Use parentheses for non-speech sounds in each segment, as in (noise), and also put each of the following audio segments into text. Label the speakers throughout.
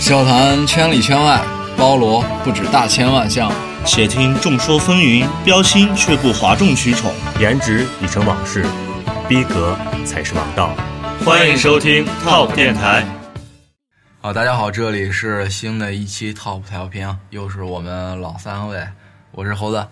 Speaker 1: 笑谈圈里圈外，包罗不止大千万项。
Speaker 2: 且听众说纷纭，标新却不哗众取宠。
Speaker 3: 颜值已成往事，逼格才是王道。
Speaker 2: 欢迎收听 Top 电台。
Speaker 1: 啊，大家好，这里是新的一期 Top 调频，又是我们老三位，我是猴子，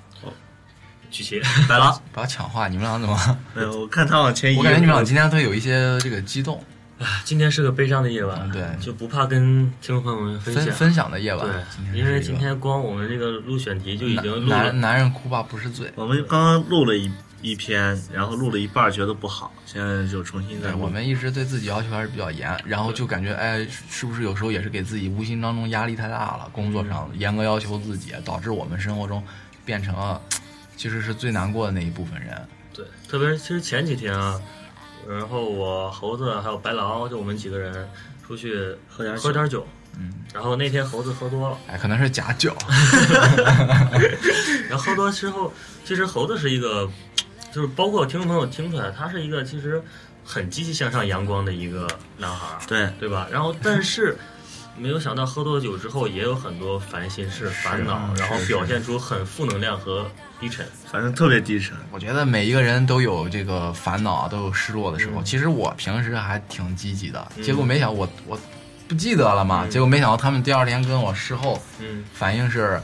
Speaker 2: 曲奇，白狼。
Speaker 1: 不要抢话，你们
Speaker 4: (laughs)
Speaker 1: 俩怎么？
Speaker 2: 哎，我看他往前移，
Speaker 1: 我感觉你们俩今天都有一些这个激动，
Speaker 4: 啊， (laughs) 今天是个悲伤的夜晚
Speaker 1: 嗯，对
Speaker 4: 就不怕跟听众朋友们分
Speaker 1: 分
Speaker 4: 享。
Speaker 1: 分享的夜晚。
Speaker 4: 对，
Speaker 1: 是
Speaker 4: 因为
Speaker 1: 一个
Speaker 4: 今天光我们这个录选题就已经录
Speaker 1: 男
Speaker 4: 了
Speaker 1: 男，男人哭吧不是罪，
Speaker 2: 我们刚刚录了一一篇，然后录了一半觉得不好，现在就重新再
Speaker 1: 对
Speaker 2: 录。
Speaker 1: 我们一直对自己要求还是比较严，然后就感觉哎，是不是有时候也是给自己无形当中压力太大了，工作上
Speaker 4: 嗯
Speaker 1: 严格要求自己，导致我们生活中变成了其实是最难过的那一部分人。
Speaker 4: 对，特别是其实前几天啊，然后我猴子还有白狼，就我们几个人出去
Speaker 2: 喝点酒
Speaker 4: 喝点酒，
Speaker 1: 嗯，
Speaker 4: 然后那天猴子喝多了，
Speaker 1: 哎，可能是假酒， (laughs)
Speaker 4: 然后喝多之后，其实猴子是一个，就是包括听众朋友听出来，他是一个其实很积极向上、阳光的一个男孩儿，
Speaker 2: 对，
Speaker 4: 对吧？然后但是。没有想到喝多酒之后也有很多烦心事、烦恼，然后
Speaker 1: 是
Speaker 4: 表现出很负能量和低沉。
Speaker 2: 反正特别低沉。
Speaker 1: 我觉得每一个人都有这个烦恼，都有失落的
Speaker 4: 嗯
Speaker 1: 时候。其实我平时还挺积极的，结果没想我我不记得了嘛，
Speaker 4: 嗯
Speaker 1: 结果没想到他们第二天跟我事后
Speaker 4: 嗯，
Speaker 1: 反应是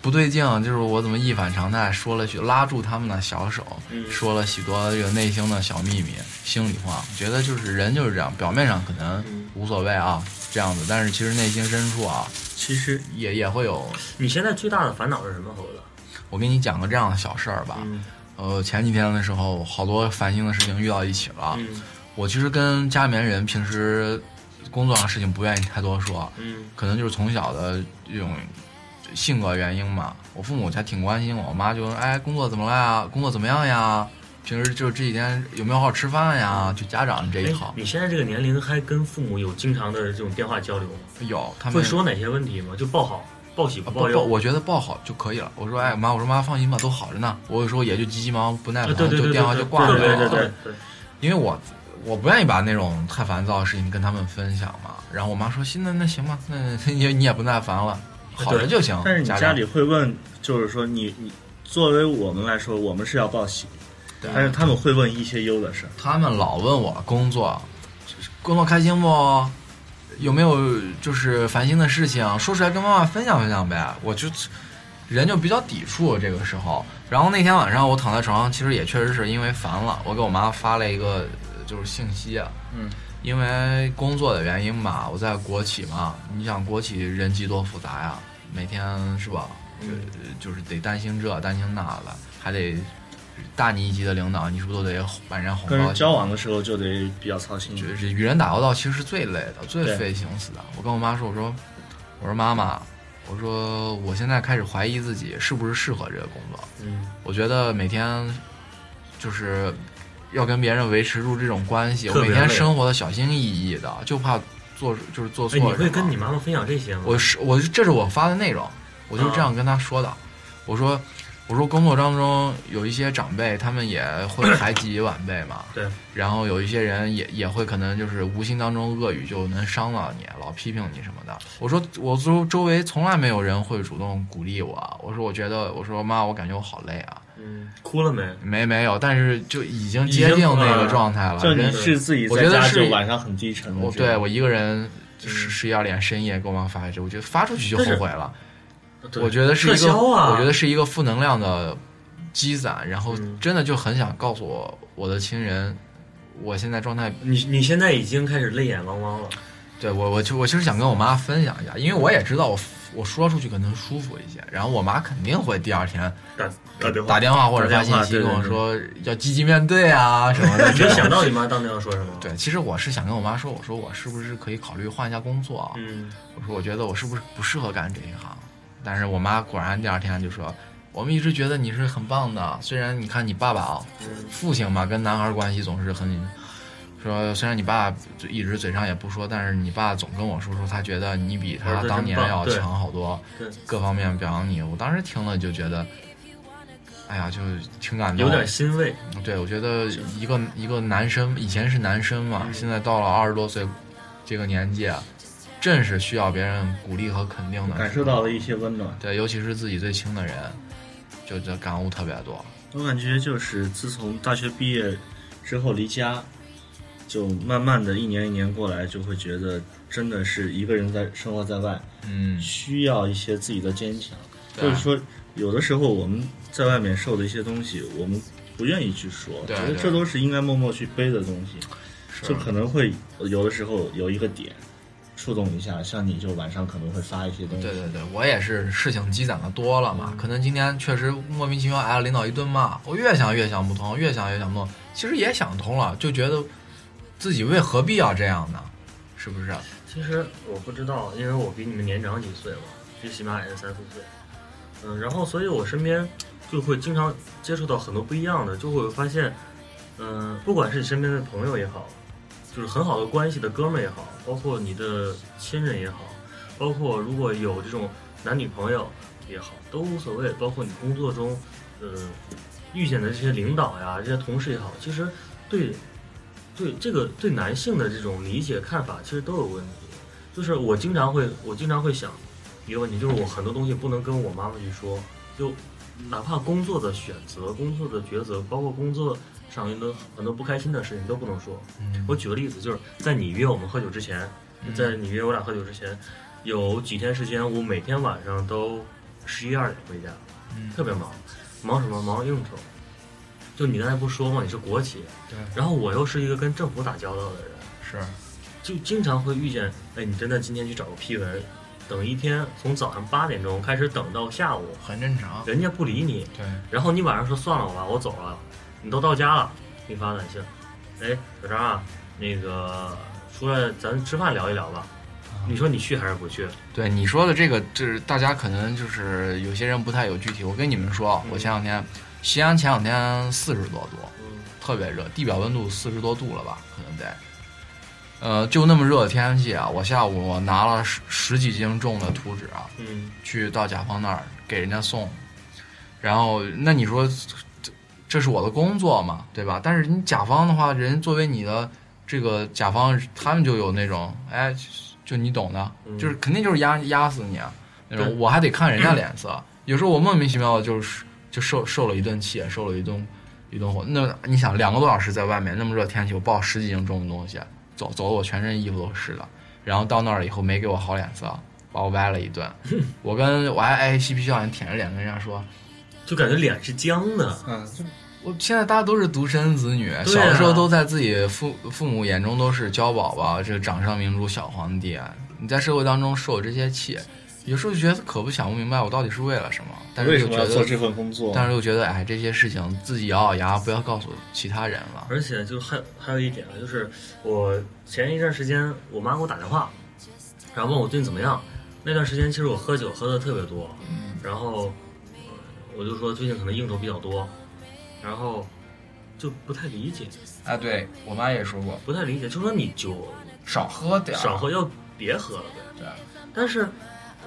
Speaker 1: 不对劲，就是我怎么一反常态，说了许拉住他们的小手，
Speaker 4: 嗯
Speaker 1: 说了许多这个内心的小秘密、心里话。我觉得就是人就是这样，表面上可能
Speaker 4: 嗯
Speaker 1: 无所谓啊，这样子，但是其实内心深处啊，
Speaker 4: 其实
Speaker 1: 也也会有。
Speaker 4: 你现在最大的烦恼是什么，猴子？
Speaker 1: 我给你讲个这样的小事儿吧，
Speaker 4: 嗯
Speaker 1: 呃，前几天的时候，好多烦心的事情遇到一起了。
Speaker 4: 嗯
Speaker 1: 我其实跟家里面人平时工作上的事情不愿意太多说，
Speaker 4: 嗯
Speaker 1: 可能就是从小的这种性格原因嘛。我父母还挺关心我，我妈就说：“哎，工作怎么了呀？工作怎么样呀？平时就是这几天有没有好好吃饭呀？”就家长这一
Speaker 4: 哎
Speaker 1: 套，
Speaker 4: 你现在这个年龄还跟父母有经常的这种电话交流吗？
Speaker 1: 有他们
Speaker 4: 会说哪些问题吗？就报好、报喜
Speaker 1: 啊
Speaker 4: 不
Speaker 1: 不
Speaker 4: 报
Speaker 1: 不，
Speaker 4: 忧。
Speaker 1: 我觉得报好就可以了。我说：“哎，妈，我说妈放心吧，都好着呢。”我有时候也就急急忙忙不耐
Speaker 4: 啊
Speaker 1: 烦，
Speaker 4: 对对对对
Speaker 1: 就
Speaker 4: 对，
Speaker 1: 电话就挂了。
Speaker 4: 对对对对，
Speaker 1: 因为我我不愿意把那种太烦躁的事情跟他们分享嘛。然后我妈说：“行，那那行吧，那 (laughs) 你也你也不耐烦了，好着就行。”
Speaker 2: 但是你
Speaker 1: 家
Speaker 2: 家里会问，就是说你你作为我们来说，我们是要报喜，
Speaker 1: 对
Speaker 2: 但是他们会问一些忧的事儿。
Speaker 1: 他们老问我工作，工作开心不？有没有就是烦心的事情，说出来跟妈妈分享分享呗。我就人就比较抵触这个时候。然后那天晚上我躺在床上，其实也确实是因为烦了，我给我妈发了一个呃就是信息，
Speaker 2: 嗯，
Speaker 1: 因为工作的原因嘛，我在国企嘛，你想国企人机多复杂呀，每天是吧？
Speaker 4: 嗯
Speaker 1: 呃就是得担心这担心那的，还得大你一级的领导，你是不是都得把人家红
Speaker 2: 跟
Speaker 1: 包
Speaker 2: 人交往的时候就得比较操心。
Speaker 1: 就是与人打交道其实是最累的，最
Speaker 2: 对
Speaker 1: 费心思的。我跟我妈说，我说，我说妈妈，我说我现在开始怀疑自己是不是适合这个工作。
Speaker 4: 嗯
Speaker 1: 我觉得每天就是要跟别人维持住这种关系，我
Speaker 4: 特
Speaker 1: 每
Speaker 4: 别
Speaker 1: 天
Speaker 4: 累
Speaker 1: 生活的小心翼翼的，就怕做就是做错。
Speaker 4: 哎，你会跟你？妈妈分享这些吗？
Speaker 1: 我是我这是我发的内容，我就这
Speaker 4: 嗯
Speaker 1: 样跟她说的。我说我说工作当中有一些长辈，他们也
Speaker 4: (coughs)
Speaker 1: 会排挤晚辈嘛。
Speaker 4: 对，
Speaker 1: 然后有一些人也也会可能就是无形当中恶语就能伤到你，老批评你什么的。我说我周周围从来没有人会主动鼓励我。啊我说我觉得我说妈，我感觉我好累啊，
Speaker 4: 嗯，哭了没？
Speaker 1: 没没有，但是就已经
Speaker 4: 已
Speaker 1: 接
Speaker 4: 经
Speaker 1: 近那个
Speaker 4: 啊
Speaker 1: 状态了。
Speaker 2: 就你
Speaker 1: 人
Speaker 2: 是自己
Speaker 1: 我
Speaker 2: 在
Speaker 1: 觉得
Speaker 2: 家
Speaker 1: 是
Speaker 2: 就晚上很低沉的
Speaker 4: 嗯
Speaker 1: 我
Speaker 2: 这种。
Speaker 1: 对我一个人十十一二点深夜给我妈发这，我觉得发出去就后
Speaker 4: 嗯但是
Speaker 1: 悔了。
Speaker 4: 对
Speaker 1: 我觉得是一
Speaker 4: 撤
Speaker 1: 个，
Speaker 4: 销啊！
Speaker 1: 我觉得是一个负能量的积攒，然后
Speaker 4: 嗯
Speaker 1: 真的就很想告诉我我的亲人，我现在状态
Speaker 4: 你你现在已经开始泪眼汪汪了。
Speaker 1: 对我，我就我其实想跟我妈分享一下，因为我也知道我我说出去可能舒服一些，然后我妈肯定会第二天
Speaker 4: 打打电
Speaker 1: 打
Speaker 4: 话，
Speaker 1: 电话或者
Speaker 2: 打
Speaker 1: 发
Speaker 2: 电话
Speaker 1: 信息
Speaker 2: 对
Speaker 1: 跟
Speaker 2: 对
Speaker 1: 我
Speaker 2: 对
Speaker 1: 说要积极面对啊什么的。
Speaker 4: 你没想到你妈当天要说什么？，
Speaker 1: 对，其实我是想跟我妈说，我说我是不是可以考虑换一下工作啊？
Speaker 4: 嗯，
Speaker 1: 我说我觉得我是不是不适合干这一行？但是我妈果然第二天就说，我们一直觉得你是很棒的，虽然你看你爸爸啊，
Speaker 4: 嗯
Speaker 1: 父亲嘛，跟男孩关系总是很，说虽然你爸就一直嘴上也不说，但是你爸总跟我说说他觉得你比
Speaker 4: 儿
Speaker 1: 他
Speaker 4: 子真
Speaker 1: 当年
Speaker 4: 棒
Speaker 1: 要
Speaker 4: 对
Speaker 1: 强好多，
Speaker 4: 对，
Speaker 1: 各方面表扬你。我当时听了就觉得，哎呀，就挺感动。
Speaker 4: 有点欣慰。
Speaker 1: 对，我觉得一个一个男生以前是男生嘛，现在到了二十多岁这个年纪，啊正是需要别人鼓励和肯定的，
Speaker 2: 感受到了一些温暖。
Speaker 1: 对，尤其是自己最亲的人，就这感悟特别多。
Speaker 2: 我感觉就是自从大学毕业之后离家，就慢慢的一年一年过来，就会觉得真的是一个人在生活在外，
Speaker 1: 嗯，
Speaker 2: 需要一些自己的坚强。
Speaker 1: 对啊
Speaker 2: 就是说，有的时候我们在外面受的一些东西，我们不愿意去说，
Speaker 1: 对
Speaker 2: 觉得
Speaker 1: 对
Speaker 2: 这都是应该默默去背的东西。
Speaker 1: 是
Speaker 2: 就可能会有的时候有一个点触动一下，像你就晚上可能会发一些东西，
Speaker 1: 对对对，我也是事情积攒的多了嘛，可能今天确实莫名其妙挨了领导一顿骂，我越想越想不通，越想越想不通，其实也想通了，就觉得自己为何必要这样呢？是不是？
Speaker 4: 其实我不知道，因为我比你们年长几岁嘛，最起码也是三四岁。嗯，然后所以我身边就会经常接触到很多不一样的，就会发现，嗯、不管是你身边的朋友也好，就是很好的关系的哥们儿也好，包括你的亲人也好，包括如果有这种男女朋友也好，都无所谓。包括你工作中，呃，遇见的这些领导呀、这些同事也好，其实对对这个对男性的这种理解看法，其实都有问题。就是我经常会，我经常会想一个问题，就是我很多东西不能跟我妈妈去说，就哪怕工作的选择、工作的抉择，包括工作上有很多很多不开心的事情都不能说。
Speaker 1: 嗯
Speaker 4: 我举个例子，就是在你约我们喝酒之前，在你约我俩喝酒之前，有几天时间，我每天晚上都十一二点回家，
Speaker 1: 嗯
Speaker 4: 特别忙，忙什么？忙应酬。就你刚才不说吗？你是国企，
Speaker 1: 对
Speaker 4: 然后我又是一个跟政府打交道的人，
Speaker 1: 是，
Speaker 4: 就经常会遇见，哎，你真的今天去找个批文，等一天，从早上八点钟开始等到下午，
Speaker 1: 很正常。
Speaker 4: 人家不理你，
Speaker 1: 对，
Speaker 4: 然后你晚上说算了吧，我走了，你都到家了，给你发短信，哎，小张啊，那个出来咱吃饭聊一聊吧，你说你去还是不去？
Speaker 1: 对你说的这个，就是大家可能就是有些人不太有具体。我跟你们说，啊我前两天西安前两天四十多度，
Speaker 4: 嗯，
Speaker 1: 特别热，地表温度四十多度了吧，可能得。呃，就那么热的天气啊，我下午我拿了十十几斤重的图纸啊，
Speaker 4: 嗯，
Speaker 1: 去到甲方那儿给人家送，然后那你说这这是我的工作嘛，对吧？但是你甲方的话，人作为你的这个甲方，他们就有那种哎，就你懂的，
Speaker 4: 嗯
Speaker 1: 就是肯定就是压压死你啊那种，
Speaker 4: 对
Speaker 1: 我还得看人家脸
Speaker 4: (clears throat)
Speaker 1: 色。有时候我莫名其妙的就是就受受了一顿气，受了一顿一顿火。那你想两个多小时在外面那么热天气，我抱十几斤重的东西，走走的我全身衣服都湿了。然后到那儿以后没给我好脸色，把我歪了一
Speaker 4: (laughs)
Speaker 1: 顿。我跟我还哎嬉皮笑脸舔着脸跟人家说，
Speaker 4: 就感觉脸是僵的，
Speaker 2: 啊，就
Speaker 1: 我现在大家都是独生子女，
Speaker 4: 啊
Speaker 1: 小的时候都在自己父父母眼中都是娇宝宝，这个掌上明珠小皇帝。啊你在社会当中受这些气，有时候就觉得可不想不明白我到底是为了什么，但是
Speaker 2: 为
Speaker 1: 又
Speaker 2: 什么
Speaker 1: 觉
Speaker 2: 要做这
Speaker 1: 得，
Speaker 2: 份工作？
Speaker 1: 但是又觉得哎这些事情自己咬咬牙，不要告诉其他人了。
Speaker 4: 而且就还还有一点啊，就是我前一段时间我妈给我打电话，然后问我最近怎么样。那段时间其实我喝酒喝的特别多，
Speaker 1: 嗯
Speaker 4: 然后呃我就说最近可能应酬比较多，然后就不太理解，
Speaker 1: 啊，对我妈也说过，
Speaker 4: 不太理解，就说你酒
Speaker 1: 少喝点
Speaker 4: 少喝，要别喝了呗。
Speaker 1: 啊对，啊
Speaker 4: 但是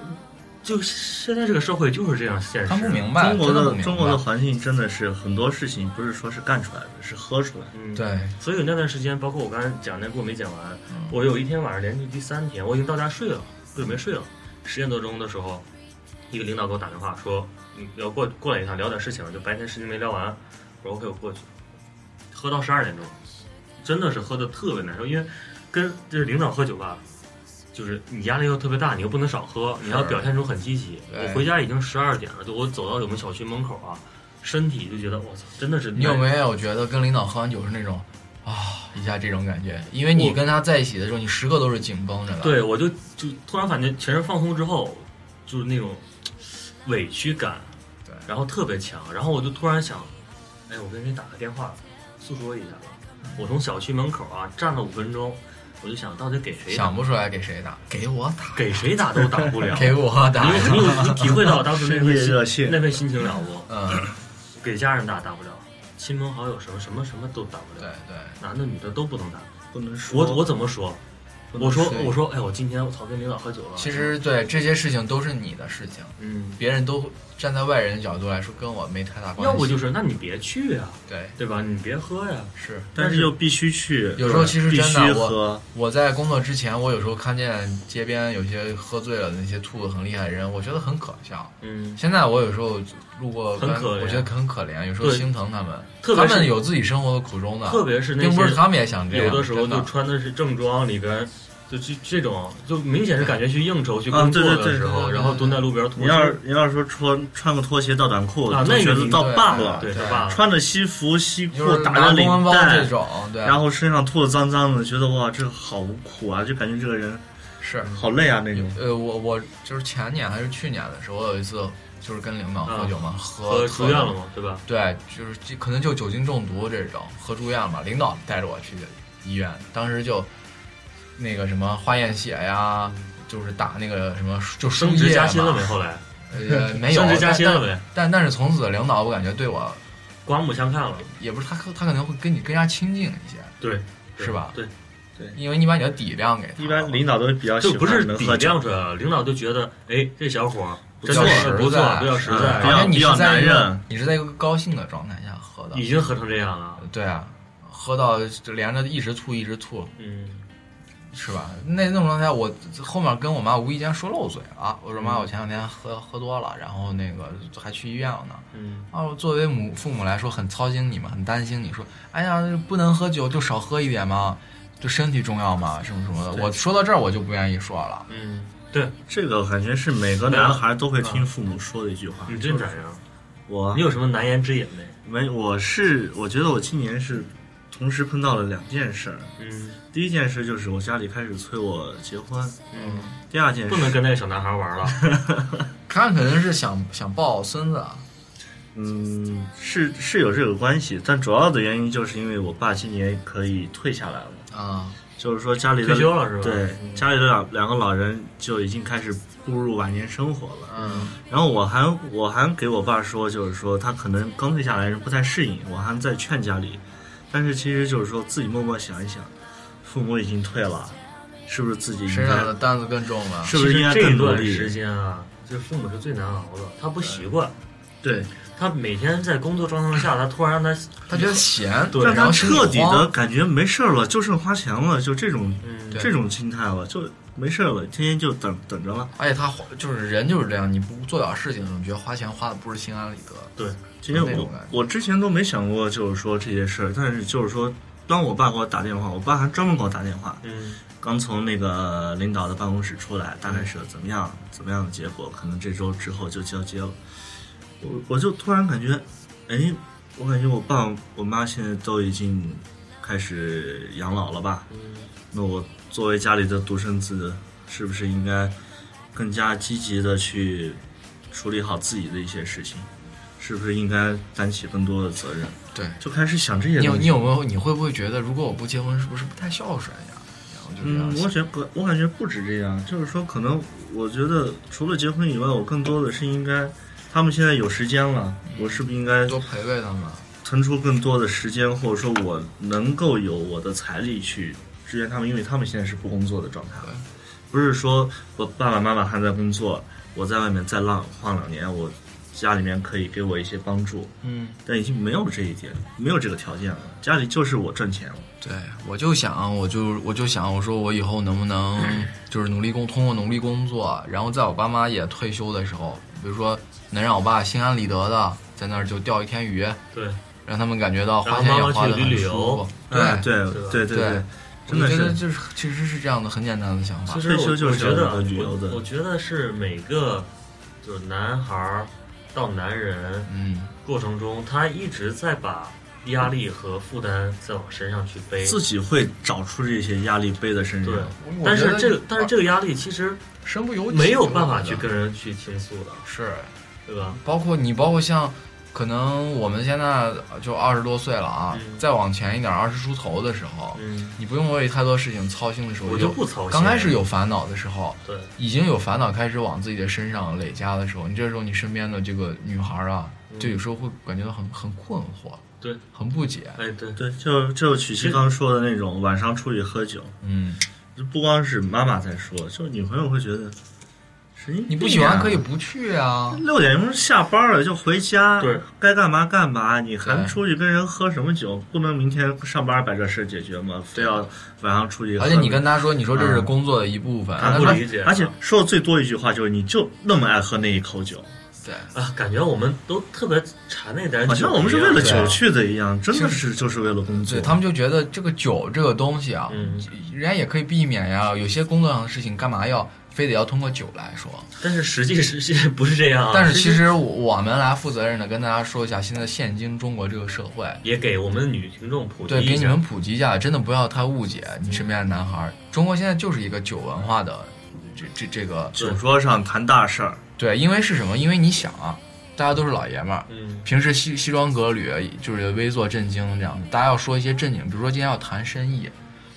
Speaker 4: 嗯就现在这个社会就是这样现实，
Speaker 1: 白
Speaker 2: 中国的中国的环境真的是很多事情不是说是干出来的，是喝出来的。
Speaker 4: 嗯，
Speaker 1: 对，
Speaker 4: 所以那段时间，包括我刚才讲那故事没讲完，
Speaker 1: 嗯
Speaker 4: 我有一天晚上连续第三天，我已经到家睡了，准备睡了，十点多钟的时候，一个领导给我打电话说，你要过过来一趟，聊点事情，就白天事情没聊完。我说 OK，我过去，喝到十二点钟，真的是喝的特别难受，因为跟就是领导喝酒吧，就是你压力又特别大，你又不能少喝，你要表现出很积极。
Speaker 1: 对
Speaker 4: 我回家已经十二点了，就我走到我们小区门口啊，身体就觉得我操，真的是
Speaker 1: 你有没有觉得跟领导喝完酒是那种啊一下这种感觉？因为你
Speaker 4: 我
Speaker 1: 跟他在一起的时候，你时刻都是紧绷着的。
Speaker 4: 对，我就就突然感觉全身放松之后，就是那种委屈感，
Speaker 1: 对
Speaker 4: 然后特别强。然后我就突然想，哎，我跟谁打个电话诉说一下
Speaker 1: 嗯
Speaker 4: 吧。我从小区门口啊站了五分钟，我就想到底给谁打
Speaker 1: 想不出来给谁打，给我打，
Speaker 4: 给谁打都打不了。
Speaker 1: (laughs) 给我打
Speaker 4: 你。 (laughs) 有你有你体会到当时那
Speaker 2: 深
Speaker 4: 份
Speaker 2: 夜热
Speaker 4: 心
Speaker 2: 线
Speaker 4: 那份心情了不？
Speaker 1: 嗯，
Speaker 4: 给家人打打不了，亲朋好友什么什么什么都打不
Speaker 1: 对
Speaker 4: 了，
Speaker 1: 对，
Speaker 4: 男的女的都不能打。
Speaker 2: 不能说
Speaker 4: 我我怎么说？我说
Speaker 1: 对
Speaker 4: 我说，哎，我今天我操跟领导喝酒了。
Speaker 1: 其实对这些事情都是你的事情，
Speaker 4: 嗯，
Speaker 1: 别人都站在外人的角度来说，跟我没太大关系。
Speaker 4: 要不就是那你别去呀、
Speaker 1: 对，
Speaker 4: 对吧？你别喝呀、
Speaker 1: 是
Speaker 2: 但是又必须去，
Speaker 1: 有时候其实
Speaker 2: 必
Speaker 1: 真的
Speaker 2: 须
Speaker 1: 我
Speaker 2: 喝，
Speaker 1: 我在工作之前，我有时候看见街边有些喝醉了的那些吐的很厉害的人，我觉得很可笑。
Speaker 4: 嗯，
Speaker 1: 现在我有时候路过，
Speaker 4: 很可怜
Speaker 1: 我觉得很可怜，有时候
Speaker 4: 对
Speaker 1: 心疼他们，
Speaker 4: 特
Speaker 1: 他
Speaker 4: 别是
Speaker 1: 们有自己生活的苦衷的，
Speaker 4: 特别是那
Speaker 1: 啊并不是
Speaker 4: 些
Speaker 1: 他们也想这样。
Speaker 4: 有的时候
Speaker 1: 真
Speaker 4: 就穿的是正装，里边就这这种，就明显是感觉去应酬去
Speaker 2: 啊
Speaker 4: 工作
Speaker 2: 对对
Speaker 4: 的
Speaker 2: 对
Speaker 4: 时
Speaker 2: 对
Speaker 4: 候，
Speaker 1: 对
Speaker 4: 然后
Speaker 1: 对
Speaker 4: 蹲在路边吐。
Speaker 2: 你要是你要是说穿穿个拖鞋到短裤，
Speaker 4: 啊
Speaker 2: 就
Speaker 4: 那个
Speaker 2: 觉得
Speaker 4: 你
Speaker 2: 到
Speaker 1: 对
Speaker 2: 爸
Speaker 1: 对
Speaker 2: 了
Speaker 4: 对，
Speaker 1: 对
Speaker 4: 他爸了，
Speaker 2: 穿着西服西
Speaker 1: 就
Speaker 2: 裤
Speaker 1: 是
Speaker 2: 打
Speaker 1: 拿
Speaker 2: 着
Speaker 1: 公文
Speaker 2: 领
Speaker 1: 包这
Speaker 2: 带，
Speaker 1: 种，对，
Speaker 2: 然后身上吐的脏脏的，觉得哇，这个好苦啊，就感觉这个人
Speaker 1: 是
Speaker 2: 好累啊那种。
Speaker 1: 呃，我我就是前年还是去年的时候，我有一次就是跟领导喝酒嘛，喝
Speaker 4: 和啊住院了，嘛，对吧？
Speaker 1: 对，就是这可能就酒精中毒这种，喝住院了嘛，领导带着我去医院，当时就那个什么化验血呀，就是打那个什么就输
Speaker 4: 升职
Speaker 1: 液
Speaker 4: 嗯加薪
Speaker 1: 嘛
Speaker 4: 了没？后来
Speaker 1: 呃，没
Speaker 4: (laughs)
Speaker 1: 有
Speaker 4: 升职加薪了
Speaker 1: 但
Speaker 4: 没？
Speaker 1: 但但是从此领导我感觉对我
Speaker 4: 刮目相看了，
Speaker 1: 也不是他可他可能会跟你更加亲近一些，
Speaker 4: 对，
Speaker 1: 是吧？
Speaker 4: 对，
Speaker 1: 因为你把你的底量给他了嘛，
Speaker 2: 一般领导都比较
Speaker 4: 就
Speaker 2: 喜
Speaker 4: 不是
Speaker 2: 欢能
Speaker 4: 底
Speaker 2: 喝酒
Speaker 4: 量，出来了，领导就觉得，哎，这小伙儿
Speaker 1: 不
Speaker 4: 真的
Speaker 1: 错
Speaker 4: 是不错，
Speaker 1: 实在
Speaker 4: 比较实
Speaker 2: 嗯
Speaker 4: 在，
Speaker 2: 比较
Speaker 1: 而且你
Speaker 2: 比较
Speaker 1: 是在一
Speaker 2: 男
Speaker 1: 个
Speaker 2: 人
Speaker 1: 你是在一个高兴的状态下喝的，
Speaker 4: 已经喝成这样了，
Speaker 1: 对啊，喝到就连着一直吐一直吐，
Speaker 4: 嗯，
Speaker 1: 是吧？那那种状态，我后面跟我妈无意间说漏嘴了，我说妈，我前两天喝喝多了，然后那个还去医院了呢。
Speaker 4: 嗯，
Speaker 1: 啊，作为母父母来说，很操心你嘛，很担心你说，哎呀，不能喝酒就少喝一点嘛，就身体重要嘛，什么什么的。我说到这儿，我就不愿意说了。
Speaker 4: 嗯，对，
Speaker 2: 这个感觉是每个
Speaker 1: 啊
Speaker 2: 男孩都会听父母说的一句话。
Speaker 4: 你真咋样？啊
Speaker 2: 我
Speaker 4: 你有什么难言之隐没？
Speaker 2: 没，我是我觉得我今年是同时碰到了两件事儿。
Speaker 4: 嗯
Speaker 2: 第一件事就是我家里开始催我结婚，
Speaker 4: 嗯，
Speaker 2: 第二件事
Speaker 4: 不能跟那个小男孩
Speaker 2: (laughs)
Speaker 4: 玩了，
Speaker 1: 他可能是想想抱孙子，啊
Speaker 2: 嗯是是有这个关系，但主要的原因就是因为我爸今年可以退下来了，
Speaker 1: 啊，
Speaker 2: 就是说家里的
Speaker 4: 退休了是吧？
Speaker 2: 对
Speaker 4: 嗯
Speaker 2: 家里的两两个老人就已经开始步入晚年生活了。
Speaker 1: 嗯，
Speaker 2: 然后我还我还给我爸说，就是说他可能刚退下来人不太适应，我还在劝家里，但是其实就是说自己默默想一想，父母已经退了，是不是自己应
Speaker 1: 身上的
Speaker 2: 该
Speaker 1: 担子更重了。
Speaker 2: 是
Speaker 4: 其
Speaker 2: 不
Speaker 4: 实
Speaker 2: 是应该
Speaker 4: 这
Speaker 2: 更努
Speaker 4: 段时
Speaker 2: 力？
Speaker 4: 间啊，这父母是最难熬的，他不习惯，
Speaker 2: 对，
Speaker 4: 他每天在工作状况下，他突然让他，
Speaker 1: 他觉得闲，
Speaker 4: 对
Speaker 2: 让
Speaker 1: 然
Speaker 2: 他
Speaker 1: 后心里
Speaker 2: 彻底的
Speaker 1: 慌
Speaker 2: 感觉没事儿了，就剩花钱了，就这种
Speaker 4: 嗯，
Speaker 1: 对
Speaker 2: 这种心态了，就没事儿了，天天就等等着了。
Speaker 1: 而且他花就是人就是这样，你不做点事情，你觉得花钱花的不是心安理得。
Speaker 2: 其实
Speaker 1: 那种
Speaker 2: 我
Speaker 1: 感觉
Speaker 2: 我之前都没想过，就是说这些事儿，但是就是说，当我爸给我打电话，我爸还专门给我打电话，
Speaker 4: 嗯
Speaker 2: 刚从那个领导的办公室出来，大概是个怎么样怎么样的结果，可能这周之后就交接了。我我就突然感觉，哎，我感觉我爸我妈现在都已经开始养老了吧？
Speaker 4: 嗯，
Speaker 2: 那我作为家里的独生子，是不是应该更加积极的去处理好自己的一些事情？是不是应该担起更多的责任？
Speaker 1: 对，
Speaker 2: 就开始想这些
Speaker 1: 你有
Speaker 2: 东西。
Speaker 1: 你有没有你会不会觉得，如果我不结婚，是不是不太孝顺呀？然后就这样
Speaker 2: 嗯，
Speaker 1: 想
Speaker 2: 我觉得我感觉不止这样，就是说，可能我觉得除了结婚以外，我更多的是应该，他们现在有时间了，我是不是应该
Speaker 1: 多陪陪他们。
Speaker 2: 腾出更多的时间，或者说我能够有我的财力去支援他们，因为他们现在是不工作的状态
Speaker 1: 对
Speaker 2: 了，不是说我爸爸妈妈还在工作，我在外面再浪晃两年，我家里面可以给我一些帮助，
Speaker 1: 嗯，
Speaker 2: 但已经没有这一点，没有这个条件了，家里就是我挣钱了，
Speaker 1: 对，我就想，我就我就想，我说我以后能不
Speaker 2: (clears throat)
Speaker 1: 能就是努力工，通过努力工作，然后在我爸妈也退休的时候，比如说能让我爸心安理得的在那儿就钓一天鱼，
Speaker 4: 对，
Speaker 2: 啊
Speaker 1: 让他们感觉到花
Speaker 4: 然后
Speaker 1: 钱
Speaker 4: 妈
Speaker 1: 也
Speaker 4: 妈
Speaker 1: 花
Speaker 4: 去
Speaker 1: 的很
Speaker 4: 旅旅
Speaker 1: 舒
Speaker 4: 游
Speaker 1: 服。
Speaker 2: 哎对
Speaker 4: 是吧
Speaker 2: 对
Speaker 1: 对
Speaker 2: 对对，
Speaker 1: 我
Speaker 2: 真的
Speaker 1: 觉得
Speaker 2: 是。
Speaker 1: 就是其实是这样的，很简单的想法
Speaker 4: 其。实
Speaker 2: 退休
Speaker 4: 我
Speaker 2: 就
Speaker 4: 我
Speaker 2: 是
Speaker 4: 觉
Speaker 2: 要
Speaker 4: 得
Speaker 2: 有旅游的
Speaker 4: 我我觉得是每个就是男孩儿到男人
Speaker 1: 嗯，
Speaker 4: 过程中，他一直在把压力和负担在往身上去背，
Speaker 2: 自己会找出这些压力背在身上
Speaker 4: 对。但
Speaker 1: 我
Speaker 4: 是
Speaker 1: 觉得
Speaker 4: 这个但是这个压力其实
Speaker 1: 身不由己，
Speaker 4: 没有办法
Speaker 1: 我觉得
Speaker 4: 去跟人去倾诉的，
Speaker 1: 是
Speaker 4: 对吧？
Speaker 1: 包括你，包括像，可能我们现在就二十多岁了啊，
Speaker 4: 嗯
Speaker 1: 再往前一点，二十出头的时候，
Speaker 4: 嗯，
Speaker 1: 你不用为太多事情操心的时候，
Speaker 4: 我就
Speaker 1: 有
Speaker 4: 不操心。
Speaker 1: 刚开始有烦恼的时候，
Speaker 4: 对，
Speaker 1: 已经有烦恼开始往自己的身上累加的时候，你这时候你身边的这个女孩啊，
Speaker 4: 嗯
Speaker 1: 就有时候会感觉到很很困惑，
Speaker 4: 对，
Speaker 1: 很不解，
Speaker 4: 哎对，
Speaker 2: 对，就就曲奇刚说的那种，晚上出去喝酒，
Speaker 1: 嗯，
Speaker 2: 就不光是妈妈在说，就是女朋友会觉得神经病啊、
Speaker 1: 你不喜欢可以不去
Speaker 4: 嗯
Speaker 1: 啊。
Speaker 2: 六点钟下班了就回家，
Speaker 4: 对，
Speaker 2: 该干嘛干嘛。你还
Speaker 1: 对
Speaker 2: 出去跟人喝什么酒？不能明天上班把这事儿解决吗？非要晚上出去喝。
Speaker 1: 而且你跟他说，你说这是工作的一部分，
Speaker 4: 他
Speaker 1: 那
Speaker 4: 不
Speaker 1: 他
Speaker 4: 理解
Speaker 2: 而且说的最多一句话就是，你就那么爱喝那一口酒，
Speaker 1: 对，
Speaker 4: 啊，感觉我们都特别馋那
Speaker 1: 啊
Speaker 4: 点酒一样，
Speaker 2: 好像我们是为了
Speaker 1: 对
Speaker 2: 酒去的一样，真的
Speaker 1: 其
Speaker 2: 是就是为了工作。
Speaker 1: 对他们就觉得这个酒这个东西啊，
Speaker 4: 嗯
Speaker 1: 人家也可以避免呀。有些工作上的事情，干嘛要非得要通过酒来说？
Speaker 4: 但是实际实际不是这样啊，
Speaker 1: 但是其实我我们来负责任的跟大家说一下，现在现今中国这个社会，
Speaker 4: 也给我们女听众普及
Speaker 1: 对，
Speaker 4: 一
Speaker 1: 给你
Speaker 4: 下
Speaker 1: 们普及一下，真的不要太误解你身边的男孩儿。中国现在就是一个酒文化的这这这个
Speaker 2: 酒桌上谈大事儿，
Speaker 1: 对，因为是什么？因为你想啊，大家都是老爷们儿，
Speaker 4: 嗯，
Speaker 1: 平时西西装革履，就是微坐正经这样。大家要说一些正经，比如说今天要谈生意，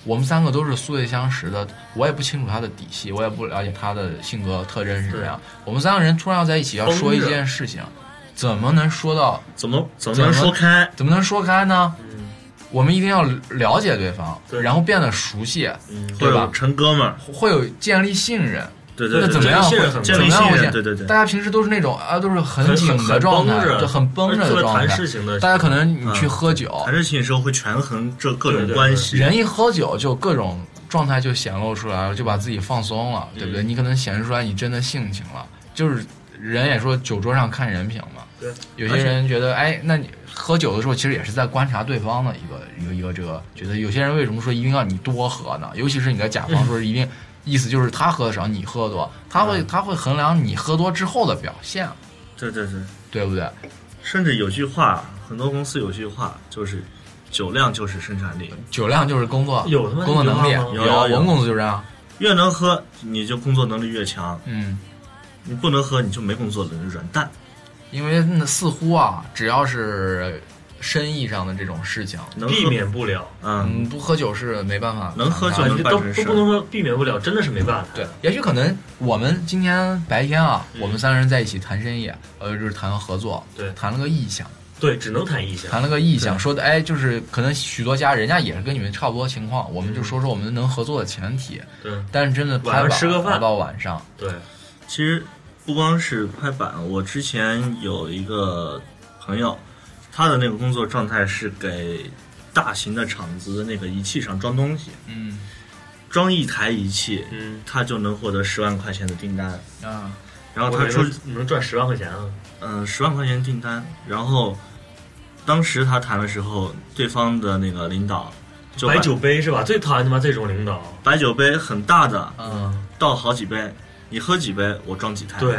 Speaker 1: 我们三个都是素昧相识的，我也不清楚他的底细，我也不了解他的性格特征是什么样。我们三个人突然要在一起要说一
Speaker 4: 绷着
Speaker 1: 件事情，怎么能说到？
Speaker 2: 怎么怎么
Speaker 1: 怎么
Speaker 2: 能说开？
Speaker 1: 怎么能说开呢？
Speaker 4: 嗯
Speaker 1: 我们一定要了解对方，
Speaker 4: 对
Speaker 1: 然后变得熟悉，
Speaker 4: 嗯，
Speaker 2: 会
Speaker 1: 对吧
Speaker 2: 有成哥们儿，
Speaker 1: 会有建立信任。
Speaker 2: 对对
Speaker 1: 那
Speaker 2: 对，
Speaker 1: 怎么样
Speaker 4: 建立信
Speaker 1: 会
Speaker 4: 任很
Speaker 2: 建
Speaker 1: 怎
Speaker 2: 立
Speaker 1: 么
Speaker 2: 信
Speaker 1: 样会
Speaker 2: 任？
Speaker 1: 建
Speaker 2: 对对对，
Speaker 1: 大家平时都是那种啊，都是很紧
Speaker 4: 很
Speaker 1: 的
Speaker 4: 很
Speaker 1: 状态
Speaker 4: 绷，着
Speaker 1: 就很绷着
Speaker 4: 而且
Speaker 1: 的状
Speaker 4: 谈
Speaker 1: 态。
Speaker 4: 事情的，
Speaker 1: 大家可能你去
Speaker 2: 嗯
Speaker 1: 喝酒，
Speaker 2: 谈事情的时候会权衡这各
Speaker 4: 对
Speaker 2: 种
Speaker 4: 对
Speaker 2: 关
Speaker 4: 对
Speaker 2: 系。
Speaker 1: 人一喝酒就各种状态就显露出来了，就把自己放松了，对不对？你可能显示出来你真的性情了，就是人也说酒桌上看人品嘛。
Speaker 4: 对，
Speaker 1: 有些人觉得，哎，那你喝酒的时候其实也是在观察对方的一个一个一个这个，觉得有些人为什么说一定要你多喝呢？尤其是你在甲方说一定。意思就是他喝的少，你喝得多，他会他会衡量你喝多之后的表现，
Speaker 2: 对对对，
Speaker 1: 对不对？
Speaker 2: 甚至有句话，很多公司有句话就是，酒量就是生产力，
Speaker 1: 酒量就是工作，
Speaker 4: 有他妈
Speaker 1: 工作能力啊
Speaker 4: 这句话
Speaker 2: 有有
Speaker 4: 吗
Speaker 2: 有
Speaker 1: 我们公司就这样，
Speaker 2: 越能喝你就工作能力越强，
Speaker 1: 嗯。
Speaker 2: 你不能喝你就没工作能力，软蛋。
Speaker 1: 因为那似乎啊，只要是生意上的这种事情，
Speaker 2: 能喝
Speaker 4: 避免不了，啊
Speaker 2: 嗯，
Speaker 1: 嗯，不喝酒是没办法，
Speaker 2: 能喝酒
Speaker 1: 谈的
Speaker 2: 能办
Speaker 4: 都
Speaker 2: 成
Speaker 4: 都
Speaker 2: 事
Speaker 4: 不能说避免不了，真的是没办法。
Speaker 1: 对，也许可能我们今天白天啊，我们三个人在一起谈生意，呃，就是谈合作，
Speaker 4: 嗯对
Speaker 1: 谈了个意向，
Speaker 4: 对，只能谈意见。
Speaker 1: 谈了个意向，说的哎，就是可能许多家人家也是跟你们差不多情况，我们就说说我们能合作的前提，
Speaker 4: 对
Speaker 1: 但是真的拍
Speaker 4: 嗯晚上
Speaker 1: 板
Speaker 4: 吃个饭
Speaker 1: 拍到晚上，
Speaker 4: 对，
Speaker 2: 其实不光是拍板，我之前有一个朋友，他的那个工作状态是给大型的厂子的那个仪器上装东西，
Speaker 1: 嗯
Speaker 2: 装一台仪器，
Speaker 4: 嗯，
Speaker 2: 他就能获得十万块钱的订单，
Speaker 1: 啊，
Speaker 2: 然后
Speaker 4: 我
Speaker 2: 他出
Speaker 4: 觉得能赚十万块钱啊，
Speaker 2: 嗯，十万块钱订单，然后当时他谈的时候，对方的那个领导就把
Speaker 4: 白酒杯是吧？最讨厌他妈这种领导。
Speaker 2: 白酒杯很大的，
Speaker 1: 嗯，
Speaker 2: 倒好几杯，你喝几杯，我装几台。
Speaker 4: 对，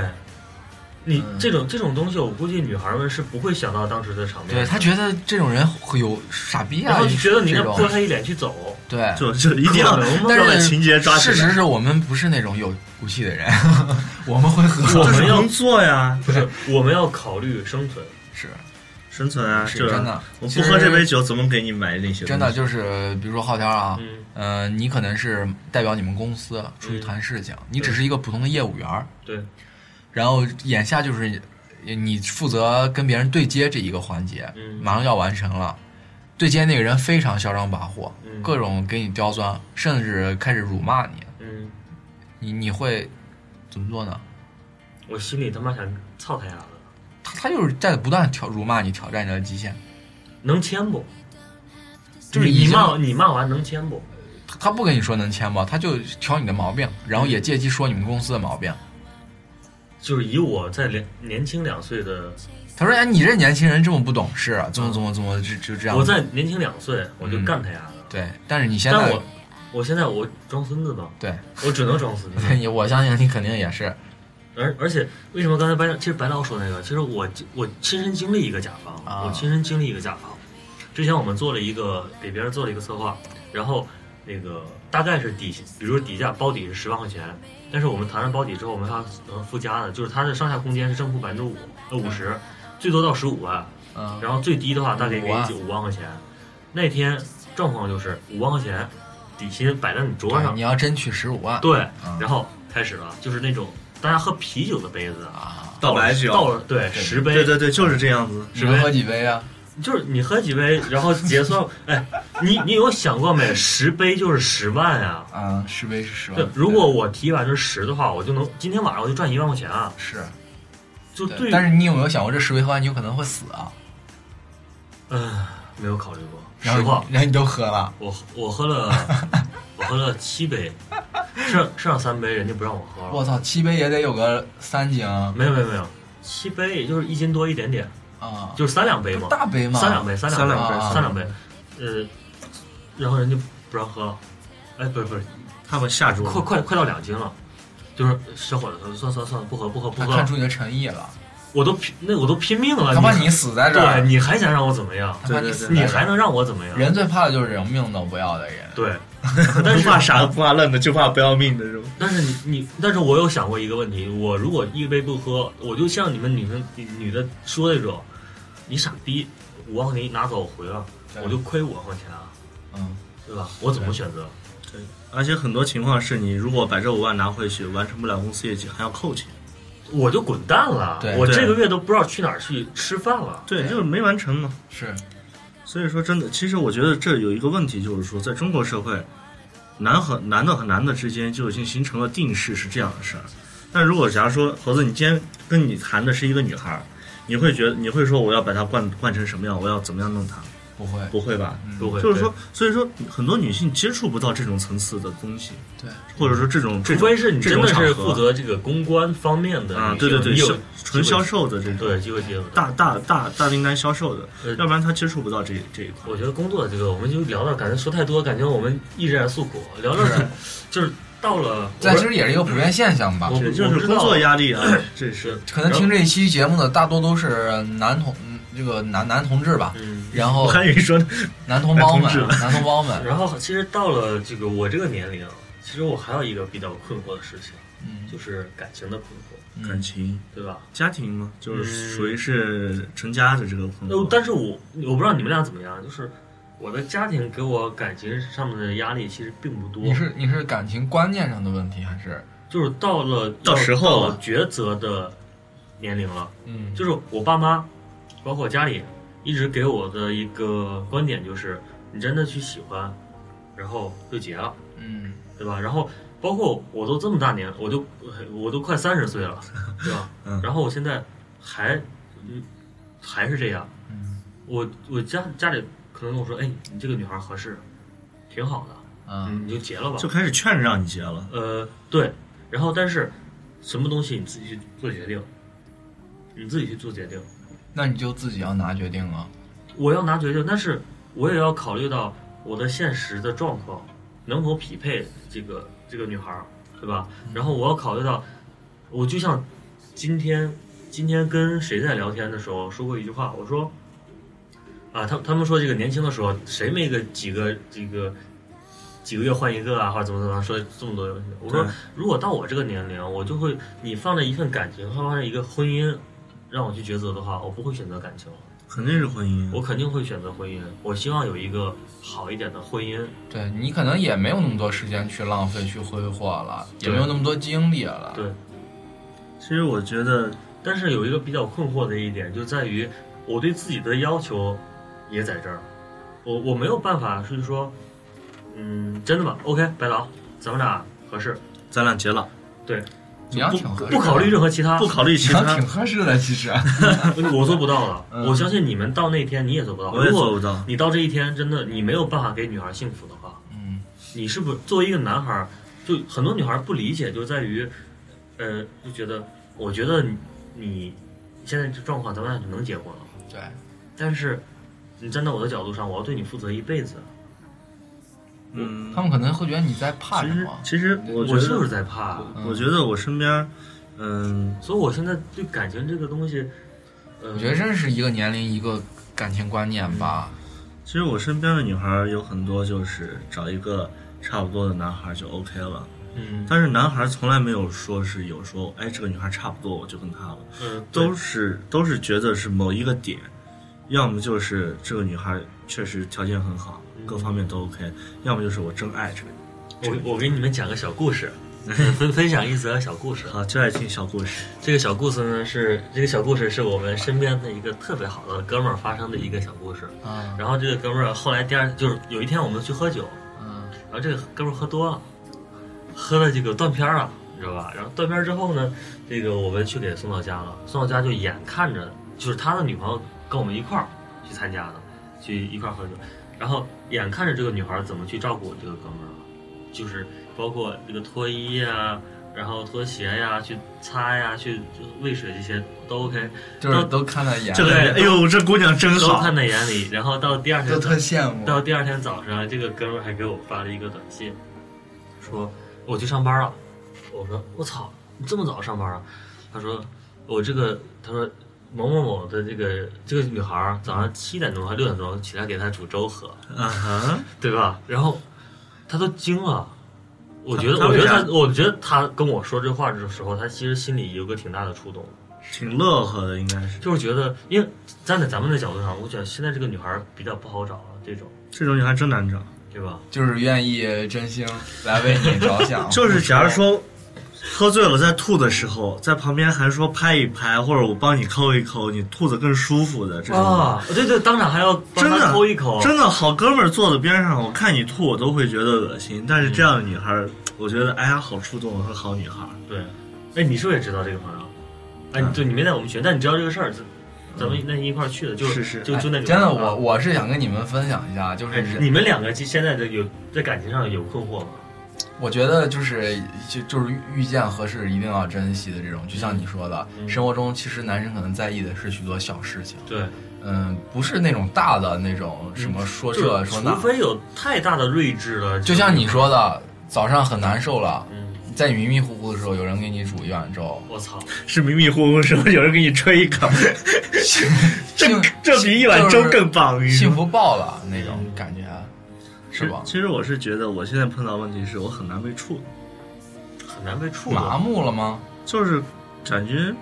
Speaker 4: 你
Speaker 1: 嗯
Speaker 4: 这种这种东西，我估计女孩们是不会想到当时的场面。
Speaker 1: 对他觉得这种人会有傻逼
Speaker 4: 然
Speaker 1: 啊，
Speaker 4: 后就觉得你
Speaker 1: 这
Speaker 4: 要
Speaker 1: 种
Speaker 4: 泼他一脸去走，
Speaker 1: 对，
Speaker 2: 就就一定要
Speaker 4: 可能吗
Speaker 2: 要把
Speaker 1: 但是
Speaker 2: 情节抓起
Speaker 1: 事
Speaker 2: 来。
Speaker 1: 实是我们不是那种有骨气的人， (laughs) 我们会喝，
Speaker 4: 我
Speaker 2: 这
Speaker 4: 们
Speaker 2: 是
Speaker 4: 要
Speaker 2: 工作呀，
Speaker 4: 不是，我们要考虑生存。
Speaker 1: 是
Speaker 2: 生存啊，
Speaker 1: 是
Speaker 2: 就
Speaker 1: 真的
Speaker 2: 我
Speaker 1: 其
Speaker 2: 不
Speaker 1: 实
Speaker 2: 喝这杯酒，怎么给你买那些？
Speaker 1: 真的，，就是比如说昊天啊，
Speaker 4: 嗯，
Speaker 1: 呃，你可能是代表你们公司出去谈事情，你只是一个普通的业务员儿，
Speaker 4: 对，
Speaker 1: 然后眼下就是你负责跟别人对接这一个环节，
Speaker 4: 嗯
Speaker 1: 马上要完成了。对接那个人非常嚣张跋扈，
Speaker 4: 嗯
Speaker 1: 各种给你刁钻，甚至开始辱骂你，
Speaker 4: 嗯，
Speaker 1: 你你会怎么做呢？
Speaker 4: 我心里他妈想操他丫的，
Speaker 1: 他他就是在不断挑辱骂你，挑战你的极限。
Speaker 4: 能签不？
Speaker 1: 就是已
Speaker 4: 你
Speaker 1: 经
Speaker 4: 骂你骂完能签不？
Speaker 1: 他不跟你说能签吗？他就挑你的毛病，然后也借机说你们公司的毛病。
Speaker 4: 就是以我在两年轻两岁的，
Speaker 1: 他说：“哎，你这年轻人这么不懂事啊，怎么怎么怎么就就这样。”
Speaker 4: 我在年轻两岁我就干他丫的。
Speaker 1: 嗯对，但是你现
Speaker 4: 但
Speaker 1: 在
Speaker 4: 我我现在我装孙子吧，
Speaker 1: 对，
Speaker 4: 我只能装
Speaker 1: (laughs)
Speaker 4: 孙
Speaker 1: (laughs)
Speaker 4: 子。
Speaker 1: 你我相信你肯定也是，
Speaker 4: 而而且为什么刚才白老其实白老说那个，其实我我亲身经历一个甲方，
Speaker 1: 啊
Speaker 4: 我亲身经历一个甲方。之前我们做了一个给别人做了一个策划，然后那个大概是底，比如说底价包底是十万块钱，但是我们谈完包底之后，我们还要呃附加的，就是它的上下空间是正负百分之五呃五十，最多到十五万，
Speaker 1: 嗯，
Speaker 4: 然后最低的话大概给
Speaker 1: 五万
Speaker 4: 你五万块钱。那天状况就是五万块钱底薪摆在你桌
Speaker 1: 对
Speaker 4: 上
Speaker 1: 你，要争取十五万，
Speaker 4: 对
Speaker 1: 嗯，
Speaker 4: 然后开始了，就是那种大家喝啤酒的杯子啊，
Speaker 1: 啊，
Speaker 2: 倒白酒，
Speaker 4: 倒了对十杯，
Speaker 2: 对对对，就是这样子。
Speaker 1: 你能喝几杯啊？
Speaker 4: 就是你喝几杯，然后结算，哎，你你有想过没？十杯就是十万啊！
Speaker 1: 啊，十杯是十
Speaker 4: 嗯对
Speaker 1: 万。，
Speaker 4: 如果我提百分之十的话，我就能今天晚上我就赚一万块钱啊！
Speaker 1: 是，
Speaker 4: 就对
Speaker 1: 对
Speaker 4: 于，
Speaker 1: 但是你有没有想过，这十杯喝完你有可能会死啊？
Speaker 4: 嗯，没有考虑过。
Speaker 1: 然后
Speaker 4: 实话，
Speaker 1: 然后你都喝了，
Speaker 4: 我我喝 (laughs) 了，我喝了七杯，剩剩下三杯人家不让我喝
Speaker 1: 我
Speaker 4: 了。
Speaker 1: 操，七杯也得有个三斤啊，
Speaker 4: 没有没有没有，七杯也就是一斤多一点点，
Speaker 1: 啊，
Speaker 4: 就是三两杯嘛，
Speaker 1: 大杯嘛，
Speaker 4: 三两杯，三两
Speaker 2: 三
Speaker 4: 杯，
Speaker 2: 两
Speaker 1: 杯
Speaker 4: 啊三两杯。呃，然后人家不让喝了，哎，不是不是，
Speaker 2: 他们下
Speaker 4: 快
Speaker 1: 嗯
Speaker 2: 桌，
Speaker 4: 快快到两斤了，就是小伙子说算算算了，不喝不喝不
Speaker 1: 他
Speaker 4: 喝了
Speaker 1: 看，出你的诚意了，
Speaker 4: 我都拼那我都拼命了，
Speaker 1: 他怕
Speaker 4: 你
Speaker 1: 你死在这
Speaker 4: 对，
Speaker 1: 儿，
Speaker 4: 你还想让我怎么样？
Speaker 1: 他怕你
Speaker 2: 对对
Speaker 1: 死在
Speaker 4: 你
Speaker 1: 这儿，
Speaker 4: 还能让我怎么样？
Speaker 1: 人最怕的就是人命都不要的人， (laughs)
Speaker 4: 对，
Speaker 2: 不怕傻不怕愣的，就怕不要命的这种。
Speaker 4: 但是你你，但是我有想过一个问题，我如果一杯不喝，我就像你们女生女女的说那种，你傻逼，五万块钱你拿走我回了，
Speaker 1: 对
Speaker 4: 我就亏五万块钱啊，
Speaker 1: 嗯，
Speaker 4: 对吧？我怎么选择？
Speaker 2: 而且很多情况是你如果把这五万拿回去，完成不了公司业绩，还要扣钱。
Speaker 4: 我就滚蛋了
Speaker 1: 对，
Speaker 4: 我
Speaker 2: 对
Speaker 4: 这个月都不知道去哪儿去吃饭了。
Speaker 2: 对，
Speaker 1: 对
Speaker 2: 就是没完成嘛。
Speaker 1: 是
Speaker 2: 所以说，真的，其实我觉得这有一个问题，就是说，在中国社会，男和男的和男的之间就已经形成了定势是这样的事儿。但如果假如说猴子，你今天跟你谈的是一个女孩儿，你会觉得你会说我要把她惯惯成什么样，我要怎么样弄她？
Speaker 1: 不会，
Speaker 2: 不会吧？
Speaker 1: 嗯
Speaker 4: 不会，
Speaker 2: 就是说，所以说很多女性接触不到这种层次的东西，
Speaker 1: 对，
Speaker 2: 或者说这种这
Speaker 4: 对，除
Speaker 2: 种
Speaker 4: 非是你
Speaker 2: 这
Speaker 4: 真
Speaker 2: 种
Speaker 4: 的
Speaker 2: 场
Speaker 4: 是
Speaker 2: 合
Speaker 4: 负责这个公关方面的
Speaker 2: 啊，
Speaker 4: 女
Speaker 2: 对对
Speaker 4: 性
Speaker 2: 对，
Speaker 4: 你有
Speaker 2: 销纯销售的这种
Speaker 4: 对机会机会
Speaker 2: 大大大大订单销售的，
Speaker 4: 呃
Speaker 2: 要不然她接触不到这这一块。
Speaker 4: 我觉得工作这个，我们就聊到，感觉说太多，感觉我们一直在诉苦，聊到
Speaker 2: (laughs)
Speaker 1: 是
Speaker 4: 就是到了，
Speaker 1: 但其实也是一个普遍现象吧
Speaker 4: 我。
Speaker 2: 这就
Speaker 4: 我不
Speaker 2: 是
Speaker 4: 知
Speaker 2: 工
Speaker 4: 道
Speaker 2: 作压力
Speaker 4: (laughs)
Speaker 2: 啊，这是
Speaker 1: 可能听这一期节目的大多都是男同，嗯这个男男同志吧，
Speaker 4: 嗯，
Speaker 1: 然
Speaker 2: 我
Speaker 1: 后
Speaker 2: 还以为说
Speaker 1: 男同胞们
Speaker 2: 男同，
Speaker 1: 男同胞
Speaker 4: (laughs)
Speaker 1: 们，
Speaker 4: 然后其实到了这个我这个年龄，其实我还有一个比较困惑的事情，
Speaker 1: 嗯
Speaker 4: 就是感情的困惑，
Speaker 1: 嗯
Speaker 2: 感情、
Speaker 4: 对吧？
Speaker 2: 家庭嘛，就是
Speaker 4: 嗯
Speaker 2: 属于是成家的这个朋
Speaker 4: 那
Speaker 2: 友。
Speaker 4: 但是我我不知道你们俩怎么样，就是我的家庭给我感情上面的压力其实并不多，
Speaker 1: 你是你是感情观念上的问题还是？
Speaker 4: 就是到了
Speaker 2: 到时候了
Speaker 4: 了抉择的年龄了。
Speaker 1: 嗯
Speaker 4: 就是我爸妈，包括家里，一直给我的一个观点就是，你真的去喜欢，然后就结了，
Speaker 1: 嗯，
Speaker 4: 对吧？然后包括我都这么大年了，我就我都快三十岁了，对
Speaker 1: (laughs)
Speaker 4: 吧？
Speaker 2: 嗯
Speaker 4: 然后我现在还嗯还是这样，
Speaker 1: 嗯
Speaker 4: 我我家家里可能跟我说，哎，你这个女孩合适，挺好的，
Speaker 1: 啊
Speaker 4: 嗯，你就结了吧
Speaker 2: 就。开始劝着让你结了，
Speaker 4: 呃，对，然后但是什么东西你自己去做决定，你自己去做决定。
Speaker 1: 那你就自己要拿决定了。
Speaker 4: 我要拿决定，但是我也要考虑到我的现实的状况能否匹配这个这个女孩儿，对吧？然后我要考虑到，我就像今天今天跟谁在聊天的时候说过一句话，我说啊，他他们说这个年轻的时候谁没个几个这个几个月换一个啊，或者怎么怎么样说这么多东西，我说
Speaker 2: 对
Speaker 4: 如果到我这个年龄，我就会你放在一份感情，放在一个婚姻。让我去抉择的话，我不会选择感情了。
Speaker 2: 肯定是婚姻。啊
Speaker 4: 我肯定会选择婚姻，我希望有一个好一点的婚姻。
Speaker 1: 对你可能也没有那么多时间去浪费去挥霍了，也
Speaker 4: 对
Speaker 1: 没有那么多精力了。
Speaker 4: 对，
Speaker 2: 其实我觉得，
Speaker 4: 但是有一个比较困惑的一点，就在于我对自己的要求也在这儿，我我没有办法是说，嗯，真的吗？OK，白狼，咱们俩合适，
Speaker 2: 咱俩结了，
Speaker 1: 你要挺合适的，
Speaker 4: 不考虑任何其他，
Speaker 2: 不考虑
Speaker 1: 你
Speaker 2: 其
Speaker 1: 要
Speaker 2: 他
Speaker 1: 挺，合适的，其实
Speaker 4: 我做不
Speaker 2: (laughs)
Speaker 4: 到了。
Speaker 1: 嗯
Speaker 4: 我相信你们到那天你也做不到。
Speaker 2: 我也
Speaker 4: 如
Speaker 2: 做
Speaker 4: 果
Speaker 2: 不到。
Speaker 4: 你到这一天真的你没有办法给女孩幸福的话，
Speaker 1: 嗯，
Speaker 4: 你是不是作为一个男孩儿，就很多女孩儿不理解，就在于，呃，就觉得，我觉得你你现在这状况，咱们俩就能结婚了，
Speaker 1: 对，
Speaker 4: 但是你站在我的角度上，我要对你负责一辈子，
Speaker 2: 嗯
Speaker 1: 他，们可能会觉得你在怕
Speaker 2: 其
Speaker 1: 什
Speaker 2: 实
Speaker 1: 么。
Speaker 2: 其实
Speaker 4: 我
Speaker 2: 我觉
Speaker 4: 就是
Speaker 2: 得，
Speaker 4: 在怕，
Speaker 1: 嗯
Speaker 2: 我觉得我身边，嗯，
Speaker 4: 所以我现在对感情这个东西，呃，
Speaker 1: 我觉得真是一个年龄一个感情观念吧。
Speaker 2: 其实我身边的女孩儿有很多就是找一个差不多的男孩儿就 OK 了，
Speaker 4: 嗯，
Speaker 2: 但是男孩儿从来没有说是有说，哎，这个女孩儿差不多我就跟她了。
Speaker 4: 嗯，对
Speaker 2: 都是都是觉得是某一个点，要么就是这个女孩确实条件很好，
Speaker 4: 嗯
Speaker 2: 各方面都 OK，要么就是我真爱这个。
Speaker 4: 我我给你们讲个小故事， (laughs) 嗯分分享一则小故事啊。
Speaker 2: 好，就爱听小故事。
Speaker 4: 这个小故事呢是这个小故事是我们身边的一个特别好的哥们儿发生的一个小故事。
Speaker 1: 啊，
Speaker 4: 然后这个哥们儿后来第二就是有一天我们去喝酒，
Speaker 1: 嗯
Speaker 4: 然后这个哥们儿喝多了，喝了这个断片儿了，你知道吧？然后断片儿之后呢，这个我们去给送到家了，送到家就眼看着就是他的女朋友跟我们一块儿去参加的，去一块儿喝酒，然后眼看着这个女孩儿怎么去照顾这个哥们儿了，就是包括这个脱衣呀、然后脱鞋呀、去擦呀、去喂水这些都 OK，
Speaker 1: 就是都看在眼
Speaker 2: 这
Speaker 1: 里，
Speaker 2: 个人，哎呦，这姑娘真
Speaker 4: 都
Speaker 2: 好
Speaker 4: 看。在眼里。然后到第二天
Speaker 1: 都
Speaker 4: 早
Speaker 1: 特羡慕。
Speaker 4: 到第二天早上，这个哥们儿还给我发了一个短信，说我去上班了。我说我操，你这么早上班啊？他说我这个，他说某某某的这个这个女孩儿早上七点钟还六点钟起来给他煮粥喝，
Speaker 2: 啊哈，
Speaker 4: 对吧？然后他都惊了。我觉得，
Speaker 2: 他他
Speaker 4: 我
Speaker 2: 为
Speaker 4: 觉得
Speaker 2: 啥
Speaker 4: 他，我觉得他跟我说这话的时候，他其实心里有个挺大的触动。
Speaker 2: 挺乐呵的，应该是。
Speaker 4: 就是觉得，因为站在咱们的角度上，我觉得现在这个女孩儿比较不好找了，这种，
Speaker 2: 这种女孩真难找。，
Speaker 4: 对吧？
Speaker 1: 就是愿意真心来为你着想
Speaker 2: (laughs) 就是假如说喝醉了在吐的时候，在旁边还说拍一拍，或者我帮你抠一抠，你吐的更舒服的这种。
Speaker 4: 啊，对对，当场还要帮
Speaker 2: 真
Speaker 4: 他
Speaker 2: 的
Speaker 4: 抠一口，
Speaker 2: 真的好哥们儿坐在边上，我看你吐我都会觉得恶心。但是这样的女孩儿，我觉得哎呀好触动，我说好女孩儿。
Speaker 4: 对。哎，你是不是也知道这个朋友？哎，
Speaker 2: 嗯
Speaker 4: 对，你没在我们群，但你知道这个事儿，咱咱们那天一块儿去的，就是
Speaker 2: 是
Speaker 4: 就就那
Speaker 1: 哎
Speaker 4: 种。
Speaker 1: 真的，
Speaker 4: 啊
Speaker 1: 我我是想跟你们分享一下，就是
Speaker 4: 哎
Speaker 1: 人，
Speaker 4: 你们两个现在的有在感情上有困惑吗？
Speaker 1: 我觉得就是就就是遇见合适一定要珍惜的这种，就像你说的，
Speaker 4: 嗯
Speaker 1: 生活中其实男生可能在意的是许多小事情，
Speaker 4: 对，
Speaker 1: 嗯，不是那种大的那种什么说这啊说那
Speaker 4: 除，非有太大的睿智了，
Speaker 1: 就像你，说的，早上很难受了，
Speaker 4: 嗯，
Speaker 1: 在你迷迷糊糊的时候，有人给你煮一碗粥，
Speaker 4: 我操，
Speaker 2: 是迷迷糊糊的时候有人给你吹一口，这
Speaker 1: 幸
Speaker 2: 这比一碗粥更棒。我跟你说
Speaker 1: 幸福爆了那种感觉，是吧？
Speaker 2: 其实我是觉得我现在碰到问题是我很难被触动，
Speaker 4: 很难被触
Speaker 1: 麻
Speaker 4: 动。
Speaker 1: 木了吗？
Speaker 2: 就是感觉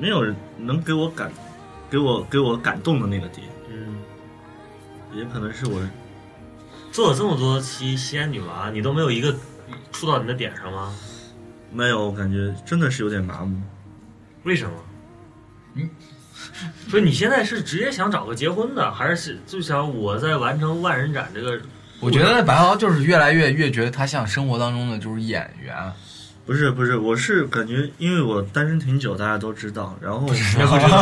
Speaker 2: 没有人能给我感给我给我感动的那个点，
Speaker 4: 嗯，
Speaker 2: 也可能是我
Speaker 4: 做了这么多期西安女娃，你都没有一个触到你的点上吗？
Speaker 2: 没有，我感觉真的是有点麻木。
Speaker 4: 为什么？ (laughs)
Speaker 1: 嗯，
Speaker 4: 不是你现在是直接想找个结婚的，还是就想我在完成万人斩这个？ (laughs)
Speaker 1: 我觉得白豪就是越来越越觉得他像生活当中的就是演员，
Speaker 2: 不是不是，我是感觉，因为我单身挺久，大家都知道，然后 (laughs) 然
Speaker 4: 不
Speaker 2: 后
Speaker 4: 知道，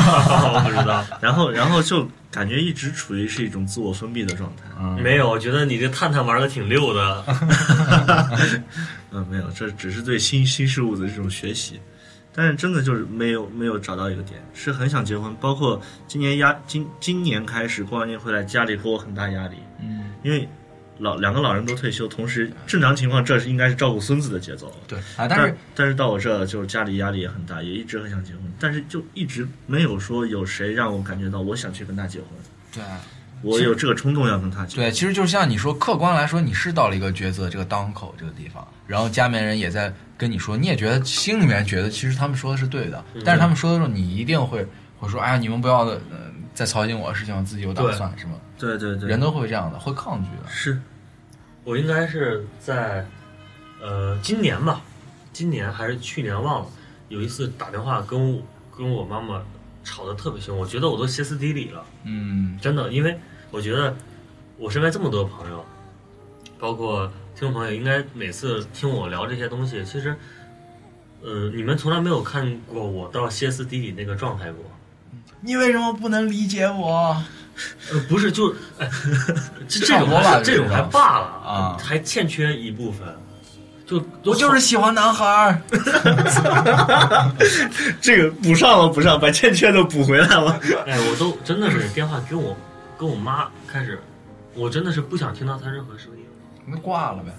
Speaker 4: 我不知道。
Speaker 2: 然后然后就感觉一直处于是一种自我封闭的状态。
Speaker 1: 嗯，
Speaker 4: 没有，我觉得你这探探玩的挺溜的。
Speaker 2: 嗯，没有，这只是对新新事物的这种学习，但是真的就是没有没有找到一个点，是很想结婚，包括今年压今今年开始过完年回来，家里给我很大压力，
Speaker 1: 嗯，
Speaker 2: 因为老两个老人都退休，同时正常情况这是应该是照顾孙子的节奏了。
Speaker 1: 对啊，但是
Speaker 2: 但是到我这就是家里压力也很大，也一直很想结婚，但是就一直没有说有谁让我感觉到我想去跟他结婚，
Speaker 1: 对啊
Speaker 2: 我有这个冲动要跟他结婚。
Speaker 1: 对，其实就像你说，客观来说，你是到了一个抉择这个当口这个地方，然后家里面人也在跟你说，你也觉得心里面觉得其实他们说的是嗯对的，但是他们说的时候，你一定会会说，哎呀，你们不要呃再操心我的事情，我自己有打
Speaker 4: 对
Speaker 1: 算什么，
Speaker 2: 对对对，
Speaker 1: 人都会这样的，会抗拒的。
Speaker 2: 是
Speaker 4: 我应该是在呃今年吧，今年还是去年忘了，有一次打电话跟我跟我妈妈吵得特别凶，我觉得我都歇斯底里了。
Speaker 1: 嗯，
Speaker 4: 真的，因为我觉得我身边这么多朋友，包括听众朋友，应该每次听我聊这些东西，其实，呃，你们从来没有看过我到歇斯底里那个状态过。
Speaker 1: 你为什么不能理解我？
Speaker 4: 呃，不是，就、 (laughs) 哎、这这
Speaker 1: 差
Speaker 4: 种
Speaker 1: 不多吧
Speaker 4: 还这种还罢了
Speaker 1: 啊
Speaker 4: 还欠缺一部分。就
Speaker 1: 我就是喜欢男孩儿。
Speaker 2: 这个补上了，补上，把欠缺的补回来了。
Speaker 4: 哎，我都真的是电话跟我跟我妈开始，我真的是不想听到她任何声音。
Speaker 1: (laughs) 那挂了呗。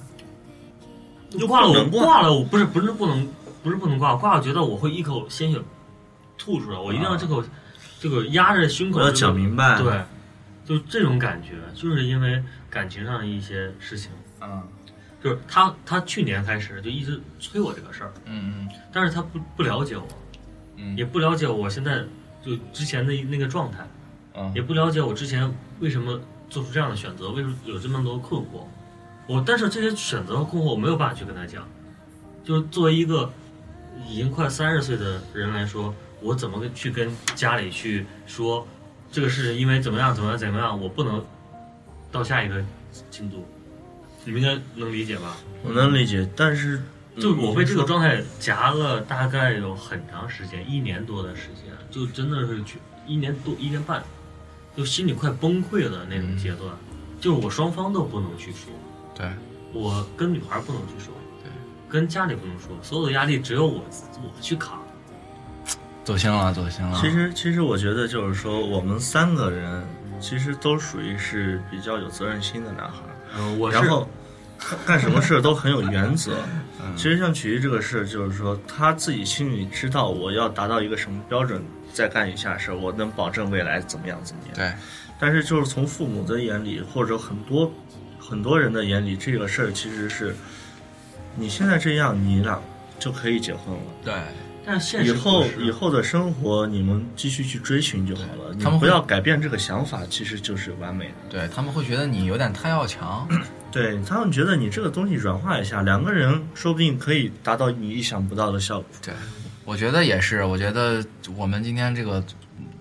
Speaker 4: 又挂了
Speaker 2: 不
Speaker 4: 我
Speaker 2: 能挂
Speaker 4: 挂了我不是不是不能不是不能挂，挂了觉得我会一口鲜血吐出来，我一定要这口、这个压着胸口、
Speaker 2: 啊我要讲明白，
Speaker 4: 这个，对，就这种感觉，就是因为感情上的一些事情，
Speaker 1: 嗯
Speaker 4: 就是他他去年开始就一直催我这个事儿，
Speaker 1: 嗯
Speaker 4: 但是他不不了解我，
Speaker 1: 嗯
Speaker 4: 也不了解我现在就之前的那个状态，
Speaker 1: 嗯
Speaker 4: 也不了解我之前为什么做出这样的选择，为什么有这么多困惑。我但是这些选择和困惑，我没有办法去跟他讲，就是作为一个已经快三十岁的人来说，我怎么跟去跟家里去说这个事情，因为怎么样怎么样怎么样，我不能到下一个进度，你们应该能理解吧？
Speaker 2: 我能理解，但是
Speaker 1: 嗯
Speaker 4: 就嗯我被这个状态夹了大概有很长时间，一年多的时间，就真的是去一年多一年半，就心里快崩溃的那
Speaker 1: 嗯
Speaker 4: 种阶段，就是我双方都不能去说，
Speaker 1: 对，
Speaker 4: 我跟女孩不能去说，
Speaker 1: 对，
Speaker 4: 跟家里不能说，所有的压力只有我自我去扛，
Speaker 1: 走心了，走心了。
Speaker 2: 其实，其实我觉得就是说，我们三个人其实都属于是比较有责任心的男孩儿，
Speaker 4: 嗯，我是
Speaker 2: 然后干干什么事儿都很有原则。嗯其实像曲艺这个事儿，就是说他自己心里知道我要达到一个什么标准，再干以下事儿，我能保证未来怎么样怎么样。
Speaker 1: 对，
Speaker 2: 但是就是从父母的眼里，或者很多很多人的眼里，这个事儿其实是你现在这样，你俩就可以结婚了。
Speaker 1: 对，
Speaker 4: 但是现
Speaker 2: 以
Speaker 4: 实
Speaker 2: 后
Speaker 4: 不是
Speaker 2: 以后的生活，你们继续去追寻就好了。你
Speaker 1: 他们
Speaker 2: 不
Speaker 1: 会
Speaker 2: 要改变这个想法，其实就是完美的。
Speaker 1: 对他们会觉得你有点太要强，
Speaker 2: 对他们觉得你这个东西软化一下，两个人说不定可以达到你意想不到的效果。
Speaker 1: 对，我觉得也是。我觉得我们今天这个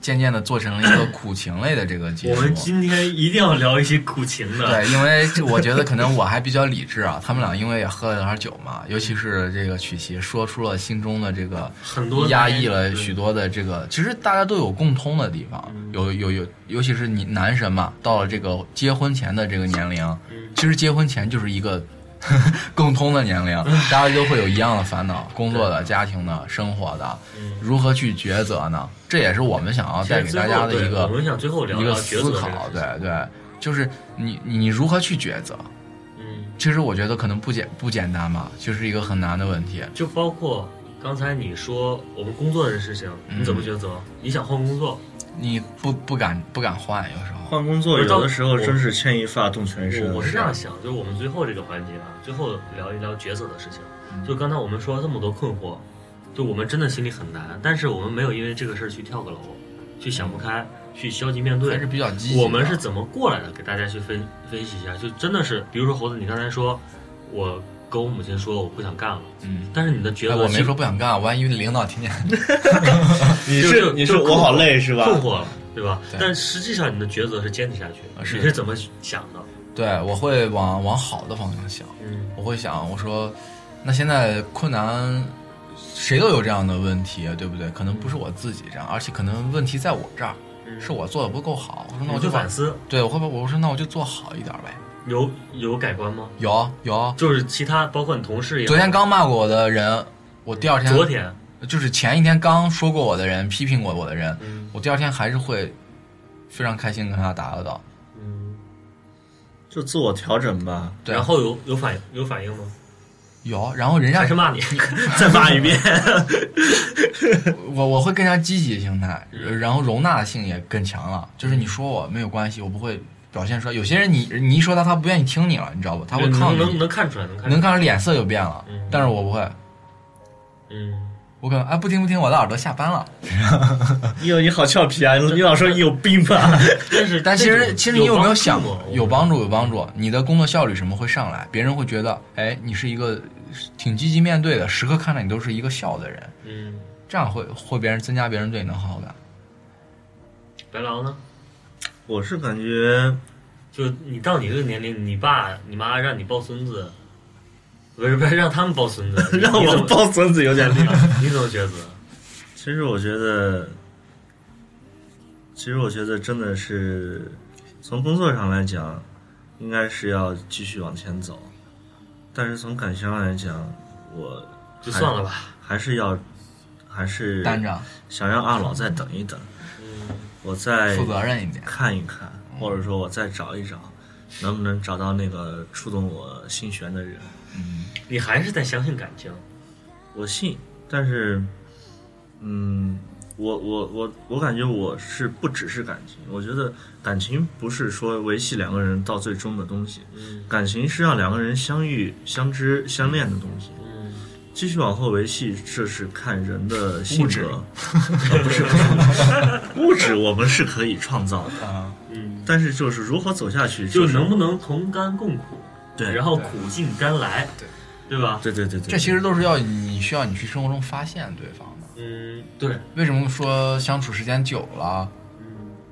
Speaker 1: 渐渐的做成了一个苦情类的这个节
Speaker 4: 我
Speaker 1: 目。
Speaker 4: 们今天一定要聊一些苦情的，
Speaker 1: 对，因为这我觉得可能我还比较理智啊，他们俩因为也喝了点酒
Speaker 4: (laughs)
Speaker 1: 嘛，尤其是这个曲奇说出了心中的这个
Speaker 4: 很多
Speaker 1: 压抑了许多的这个，其实大家都有共通的地方，
Speaker 4: 嗯
Speaker 1: 有有有，尤其是你男神嘛，到了这个结婚前的这个年龄，
Speaker 4: 嗯
Speaker 1: 其实结婚前就是一个 (laughs) 共通的年龄，
Speaker 4: 嗯
Speaker 1: 大家都会有一样的烦恼，工作的、家庭的、生活的，
Speaker 4: 嗯
Speaker 1: 如何去抉择呢？这也是我们想要
Speaker 4: 其实
Speaker 1: 带给大家的
Speaker 4: 最后
Speaker 1: 一
Speaker 4: 对我
Speaker 1: 个
Speaker 4: 们想最后聊
Speaker 1: 一个
Speaker 4: 聊抉
Speaker 1: 思
Speaker 4: 择这
Speaker 1: 考，
Speaker 4: 事
Speaker 1: 对
Speaker 4: 情
Speaker 1: 对，就是你你如何去抉择？
Speaker 4: 嗯。
Speaker 1: 其实我觉得可能不简不简单吧，就是一个很难的问题。
Speaker 4: 就包括刚才你说我们工作的事情，
Speaker 1: 嗯
Speaker 4: 你怎么抉择？你想换工作，
Speaker 1: 你不不敢不敢换，有时候
Speaker 2: 换工作
Speaker 4: 不是到
Speaker 2: 有的时候真是牵一发动全身。
Speaker 4: 我我是这样想，就是我们最后这个环节啊，最后聊一聊抉择的事情。
Speaker 1: 嗯
Speaker 4: 就刚才我们说了这么多困惑，就我们真的心里很难，但是我们没有因为这个事儿去跳个楼，去想不开，去消极面对
Speaker 1: 还是。比较积极的。
Speaker 4: 我们是怎么过来的？给大家去分分析一下，就真的是，比如说猴子，你刚才说，我跟我母亲说我不想干了，
Speaker 1: 嗯，
Speaker 4: 但是你的抉
Speaker 1: 哎
Speaker 4: 择、
Speaker 1: 我没说不想干，万一领导听见， (laughs)
Speaker 2: 你
Speaker 4: 就是是
Speaker 2: 你
Speaker 4: 就是
Speaker 2: 我好累是吧？
Speaker 4: 困惑了，对吧？
Speaker 1: 对
Speaker 4: 但实际上你的抉择是坚持下去，
Speaker 1: 啊是
Speaker 4: 你是怎么想的？
Speaker 1: 对我会往往好的方向想。
Speaker 4: 嗯
Speaker 1: 我会想，我说，那现在困难，谁都有这样的问题，啊对不对？可能不是我自己这样，而且可能问题在我这儿，
Speaker 4: 嗯
Speaker 1: 是我做的不够好。我说那
Speaker 4: 你
Speaker 1: 我
Speaker 4: 会
Speaker 1: 就
Speaker 4: 反，思，
Speaker 1: 对，我会不会我说那我就做好一点呗。
Speaker 4: 有有改观吗？
Speaker 1: 有有，
Speaker 4: 就是其他包括你同事也好，
Speaker 1: 昨天刚骂过我的人，我第二天，
Speaker 4: 昨天，
Speaker 1: 就是前一天刚说过我的人，批评过我的人，
Speaker 4: 嗯
Speaker 1: 我第二天还是会非常开心地跟他打个道。
Speaker 4: 嗯，
Speaker 2: 就自我调整吧。
Speaker 1: 对，啊
Speaker 4: 然后有有反有反应吗？
Speaker 1: 有，啊然后人家
Speaker 4: 还是骂你？
Speaker 2: 再骂一遍。
Speaker 1: 我我会更加积极心态，然后容纳性也更强了。就是你说我没有关系，我不会表现出来。有些人你你一说他，他不愿意听你了，你知道吧？他会
Speaker 4: 能
Speaker 1: 抗
Speaker 4: 能
Speaker 1: 议，
Speaker 4: 能看出来，能看出
Speaker 1: 能
Speaker 4: 来，
Speaker 1: 看出脸色就变了
Speaker 4: 嗯。
Speaker 1: 但是我不会，
Speaker 4: 嗯，
Speaker 1: 我可能哎不听不听，我的耳朵下班了。
Speaker 2: 你有你好俏皮啊！你老说你有病吧？ (laughs)
Speaker 4: 但是
Speaker 1: 但其
Speaker 4: 这
Speaker 1: 实
Speaker 4: 种
Speaker 1: 其实你有没有想
Speaker 4: 帮
Speaker 1: 过
Speaker 4: 助吗，
Speaker 1: 有帮助有帮助，你的工作效率什么会上来，别人会觉得哎你是一个挺积极面对的，时刻看着你都是一个笑的人，
Speaker 4: 嗯，
Speaker 1: 这样会会别人增加别人对你的好感。
Speaker 4: 白狼呢？
Speaker 2: 我是感觉
Speaker 4: 就你到你这个年龄，你爸你妈让你抱孙子，不是不是让他们抱孙
Speaker 1: (laughs)
Speaker 4: 子，
Speaker 2: 让
Speaker 4: 你怎
Speaker 2: 我
Speaker 4: 么
Speaker 2: 抱孙子有点厉害。
Speaker 4: 你怎么抉择？
Speaker 2: 其实我觉得，其实我觉得真的是，从工作上来讲，应该是要继续往前走，但是从感情上来讲，我
Speaker 4: 就算了吧，
Speaker 2: 还是要，还是
Speaker 1: 单着，
Speaker 2: 想让二老再等一等，
Speaker 4: 嗯。
Speaker 2: 我再
Speaker 1: 负责嗯任一点。
Speaker 2: 看一看，或者说我再找一找，能不能找到那个触动我心弦的人。
Speaker 1: 嗯
Speaker 4: 你还是在相信感情，
Speaker 2: 我信，但是，嗯，我我我我感觉我是不只是感情，我觉得感情不是说维系两个人到最终的东西，
Speaker 4: 嗯
Speaker 2: 感情是让两个人相遇、相知、相恋的东西。
Speaker 4: 嗯，
Speaker 2: 继续往后维系，这是看人的性
Speaker 1: 物质
Speaker 2: 格，啊不是不是物质，物质我们是可以创造的，
Speaker 1: 啊，
Speaker 4: 嗯，
Speaker 2: 但是就是如何走下去，
Speaker 4: 就
Speaker 2: 就是
Speaker 4: 能不能同甘共苦，
Speaker 2: 对，啊
Speaker 4: 然后苦尽甘来，
Speaker 1: 对，
Speaker 4: 对吧？
Speaker 2: 对对对对，
Speaker 1: 这其实都是要你需要你去生活中发现对方的。
Speaker 4: 嗯，对，
Speaker 1: 为什么说相处时间久了，
Speaker 4: 嗯，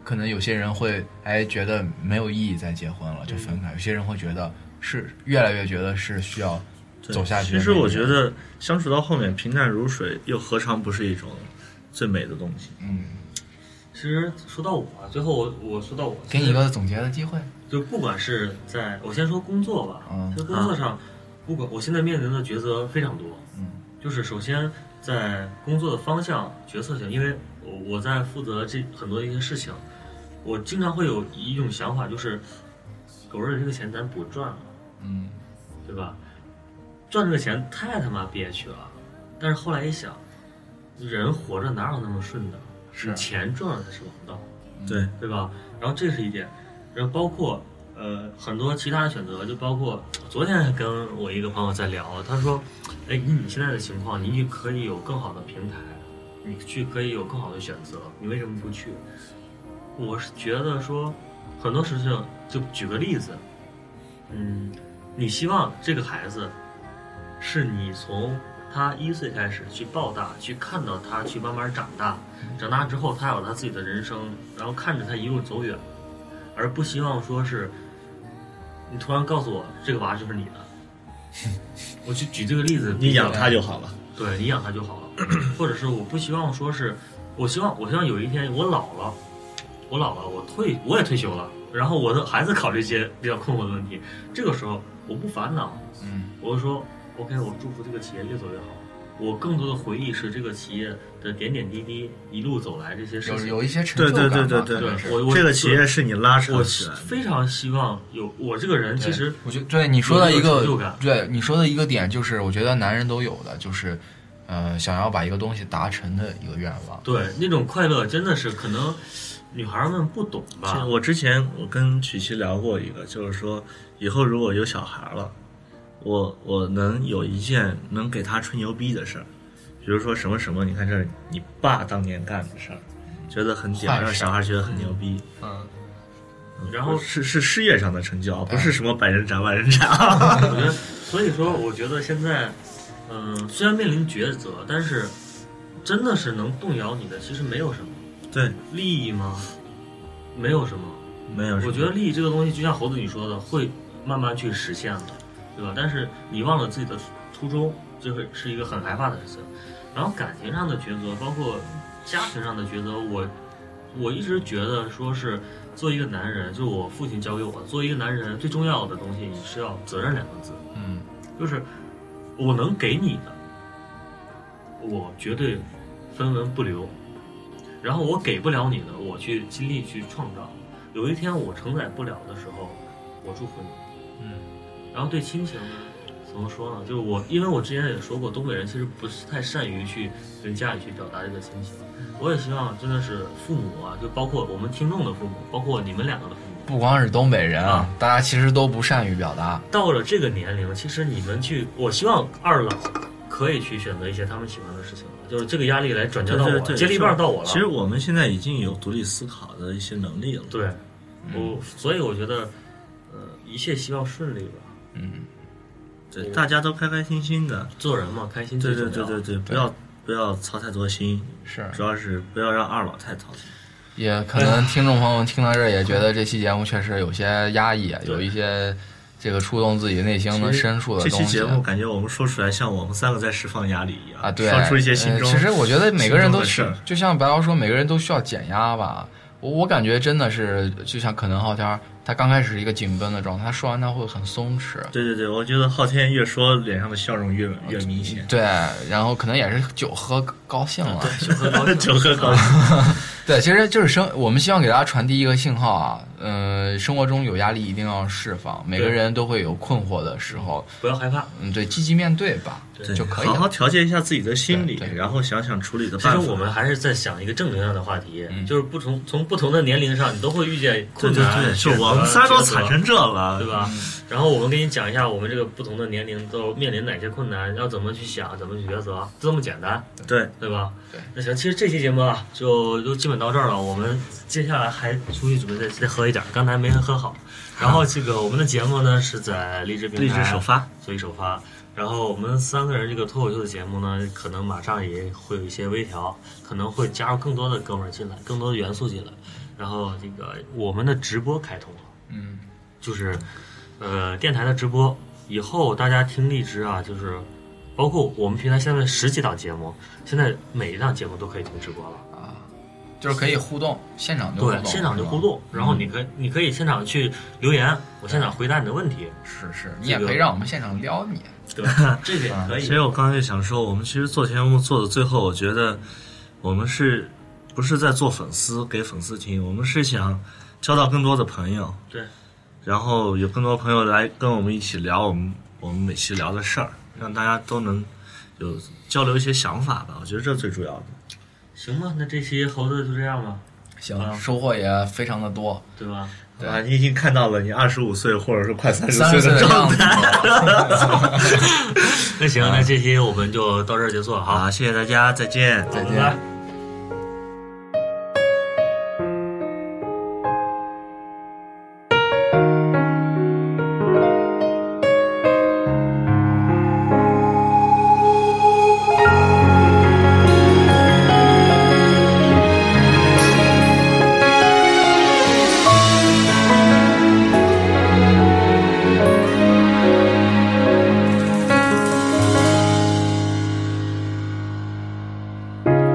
Speaker 1: 可能有些人会哎觉得没有意义再结婚了就分
Speaker 2: 嗯
Speaker 1: 开，有些人会觉得是越来越觉得是需要
Speaker 2: 对
Speaker 1: 走下去的那一个。
Speaker 2: 其实我觉得相处到后面平淡如水，又何尝不是一种最美的东西？
Speaker 1: 嗯，
Speaker 4: 其实说到我，最后我我说到我，
Speaker 1: 给你一个总结的机会。
Speaker 4: 就不管是在我先说工作吧，
Speaker 1: 嗯
Speaker 4: 就工作上，不管我现在面临的抉择非常多，
Speaker 1: 嗯
Speaker 4: 就是首先在工作的方向、决策性，因为我我在负责这很多的一些事情，我经常会有一种想法，就是狗日的这个钱咱不赚了，
Speaker 1: 嗯
Speaker 4: 对吧？赚这个钱太他妈憋屈了。但是后来一想，人活着哪有那么顺的？
Speaker 1: 是啊
Speaker 4: 钱赚了才是王道。
Speaker 2: 对，
Speaker 4: 对吧？然后这是一点，然后包括呃很多其他的选择，就包括昨天还跟我一个朋友在聊，他说，哎，以你现在的情况，你也可以有更好的平台，你去可以有更好的选择，你为什么不去？我是觉得说，很多事情，就举个例子，嗯，你希望这个孩子是你从他一岁开始去抱大，去看到他去慢慢长大，
Speaker 2: 嗯
Speaker 4: 长大之后他有他自己的人生，然后看着他一路走远，而不希望说是你突然告诉我这个娃就是
Speaker 2: (laughs)
Speaker 4: 你的。我去举这个例子，
Speaker 2: 你养它就好了。
Speaker 4: 对你养它就好
Speaker 2: (clears throat)
Speaker 4: 了，或者是我不希望说是，我希望我希望有一天我老了，我老了，我退我也退休了，然后我的孩子考虑一些比较困惑的问题，这个时候我不烦恼，
Speaker 1: 嗯
Speaker 4: 我就说 OK，我祝福这个企业越走越好。我更多的回忆是这个企业的点点滴滴，一路走来这些事
Speaker 1: 有
Speaker 4: 情。
Speaker 1: 有一些成就感吧。
Speaker 2: 对对对
Speaker 1: 可能是
Speaker 4: 对我我
Speaker 2: 这个企业是你拉扯
Speaker 4: 我
Speaker 2: 起来的，
Speaker 4: 非常希望有我这个人，其实
Speaker 1: 我觉得对你说的一
Speaker 4: 有
Speaker 1: 个
Speaker 4: 成就感
Speaker 1: 对你说的一个点，就是我觉得男人都有的，就是呃想要把一个东西达成的一个愿望。
Speaker 4: 对那种快乐真的是可能女孩们不懂吧？
Speaker 2: 啊我之前我跟曲奇聊过一个，就是说以后如果有小孩了，我我能有一件能给他吹牛逼的事儿，比如说什么什么，你看这是你爸当年干的事儿，觉得很屌，
Speaker 1: 坏事
Speaker 2: 让小孩觉得很牛逼。
Speaker 4: 嗯，然后
Speaker 2: 是是事业上的成就，啊，不是什么百人斩万人斩。 (laughs)
Speaker 4: 我觉得，所以说，我觉得现在，嗯、虽然面临抉择，但是真的是能动摇你的，其实没有什么
Speaker 2: 对，
Speaker 4: 利益吗？没有什么，
Speaker 2: 没有什么。
Speaker 4: 我觉得利益这个东西，就像猴子你说的，会慢慢去实现的，对吧？但是你忘了自己的初衷，这会是一个很害怕的事情。然后感情上的抉择，包括家庭上的抉择，我我一直觉得说是做一个男人，就是我父亲教给我，做一个男人最重要的东西，你是要责任两个字。
Speaker 1: 嗯
Speaker 4: 就是我能给你的，我绝对分文不留。然后我给不了你的，我去尽力去创造。有一天我承载不了的时候，我祝福你。
Speaker 1: 嗯
Speaker 4: 然后对亲情怎么说呢？就是我，因为我之前也说过，东北人其实不是太善于去跟家里去表达这个亲情。我也希望真的是父母啊，就包括我们听众的父母，包括你们两个的父母，
Speaker 1: 不光是东北人啊
Speaker 4: 啊，
Speaker 1: 大家其实都不善于表达。
Speaker 4: 到了这个年龄，其实你们去，我希望二老可以去选择一些他们喜欢的事情了，就是这个压力来转嫁
Speaker 2: 对
Speaker 4: 到我，
Speaker 2: 对对，
Speaker 4: 接力棒到我了。
Speaker 2: 其实我们现在已经有独立思考的一些能力了。
Speaker 4: 对，
Speaker 2: 嗯
Speaker 4: 我所以我觉得，呃，一切希望顺利吧。
Speaker 1: 嗯，
Speaker 2: 对，大家都开开心心的。
Speaker 4: 做人嘛，开心
Speaker 2: 对
Speaker 4: 最重
Speaker 2: 对
Speaker 4: 要。
Speaker 2: 对对对，不要不要操太多心，
Speaker 1: 是，
Speaker 2: 主要是不要让二老太操心。
Speaker 1: 也可
Speaker 4: 哎
Speaker 1: 能听众朋友们听到这儿也觉得这期节目确实有些压抑，有一些这个触动自己内心的深处的
Speaker 2: 这
Speaker 1: 东
Speaker 2: 期
Speaker 1: 西
Speaker 2: 节。目感觉我们说出来，像我们三个在释放压力一样
Speaker 1: 啊，对，
Speaker 2: 说出一些心中。
Speaker 1: 呃其实我觉得每个人都
Speaker 2: 心
Speaker 1: 需
Speaker 2: 中的事儿，
Speaker 1: 就像白瑶说，每个人都需要减压吧。我我感觉真的是，就像可能昊天儿，他刚开始是一个紧绷的状态，他说完他会很松弛。
Speaker 2: 对对对，我觉得昊天越说脸上的笑容越越明显，
Speaker 1: 对，然后可能也是酒喝高兴了。
Speaker 4: 酒
Speaker 2: (laughs)
Speaker 4: 喝高兴，
Speaker 2: 酒喝高兴。
Speaker 1: 对，其实就是生，我们希望给大家传递一个信号啊，嗯、生活中有压力一定要释放，每个
Speaker 4: 对
Speaker 1: 人都会有困惑的时候，
Speaker 4: 不要害怕。
Speaker 1: 嗯，对，积极面对吧，
Speaker 2: 对
Speaker 1: 就可以
Speaker 2: 好好
Speaker 1: 了。
Speaker 2: 调节一下自己的心理
Speaker 1: 对，对
Speaker 2: 然后想想处理的
Speaker 4: 其
Speaker 2: 办
Speaker 4: 实
Speaker 2: 法。
Speaker 4: 我们还是在想一个正能量的话题，
Speaker 1: 嗯
Speaker 4: 就是不同从不同的年龄上，你都会遇见
Speaker 2: 对
Speaker 4: 困
Speaker 2: 对
Speaker 4: 难。
Speaker 2: 对，
Speaker 4: 选
Speaker 2: 就
Speaker 4: 择
Speaker 2: 我们仨都惨嗯
Speaker 4: 抉择
Speaker 2: 成这了，
Speaker 4: 对？吧？然后我们给你讲一下，我们这个不同的年龄都面临哪些困难，要怎么去想，怎么去抉择，就这么简单，
Speaker 2: 对，
Speaker 4: 对吧？
Speaker 1: 对。
Speaker 4: 那行，其实这期节目啊，就就基本到这儿了。我们接下来还出去准备再再喝一一点儿，刚才没喝好。然后这个我们的节目呢是在荔枝平台
Speaker 2: 励志首发，
Speaker 4: 所以首发。然后我们三个人这个脱口秀的节目呢，可能马上也会有一些微调，可能会加入更多的哥们儿进来，更多的元素进来。然后这个我们的直播开通了，
Speaker 1: 嗯，
Speaker 4: 就是呃电台的直播，以后大家听荔枝啊，就是包括我们平台现在十几档节目，现在每一档节目都可以听直播了。
Speaker 1: 啊，就是可以互动，现场就互
Speaker 4: 对
Speaker 1: 动，，嗯
Speaker 4: 现场就是
Speaker 1: 吧
Speaker 4: 互动，然后你可以你可以现场去留言，我现场回答你的问题。
Speaker 1: 是是，
Speaker 4: 这
Speaker 1: 你也
Speaker 4: 个
Speaker 1: 可以让我们现场撩你，
Speaker 4: 对，
Speaker 1: 嗯
Speaker 4: 这个也可
Speaker 2: 其
Speaker 4: 以。
Speaker 2: 实我刚才就想说，我们其实做节目做的最后，我觉得我们是不是在做粉丝给粉丝听？我们是想交到更多的朋友，
Speaker 4: 对，
Speaker 2: 然后有更多朋友来跟我们一起聊我们我们每期聊的事儿，让大家都能有交流一些想法吧。我觉得这最主要的。
Speaker 4: 行吧，那这期猴子就这样吧，
Speaker 1: 行，
Speaker 4: 嗯
Speaker 1: 收获也非常的
Speaker 2: (laughs)
Speaker 1: 多，
Speaker 4: 对吧？
Speaker 1: 对
Speaker 2: 啊，你已经看到了你二十五岁或者是快三十
Speaker 1: 三十岁
Speaker 2: 的
Speaker 1: 的
Speaker 2: 状
Speaker 1: 样
Speaker 2: 态。
Speaker 1: 子，
Speaker 4: 那行，那这期我们就到这儿结束了，好，
Speaker 2: 好，谢谢大家，再见。
Speaker 1: 再
Speaker 4: 拜
Speaker 1: 见
Speaker 4: 拜。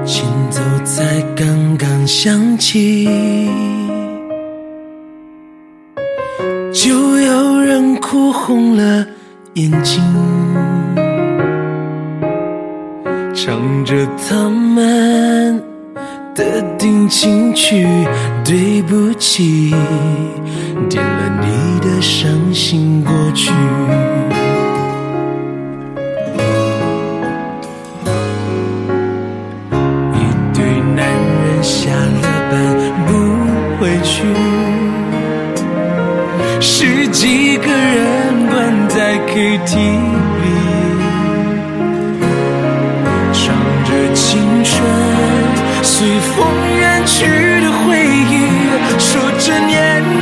Speaker 5: 行走才刚刚想起，就有人哭红了眼睛，唱着他们的定情曲，对不起，点了你的伤心过去。一对男人下了班不回去，十几个人关在 KTV，唱着青春随风远去的回忆，说着念头，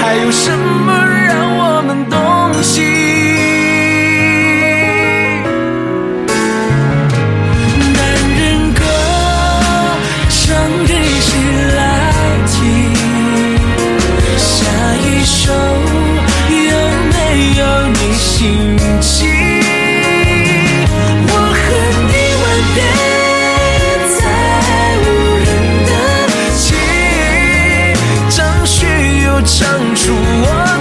Speaker 5: 还有什么让我们动心？男人歌唱给谁来听？下一首有没有你心情？我和你晚点在无人的街，张学友唱出我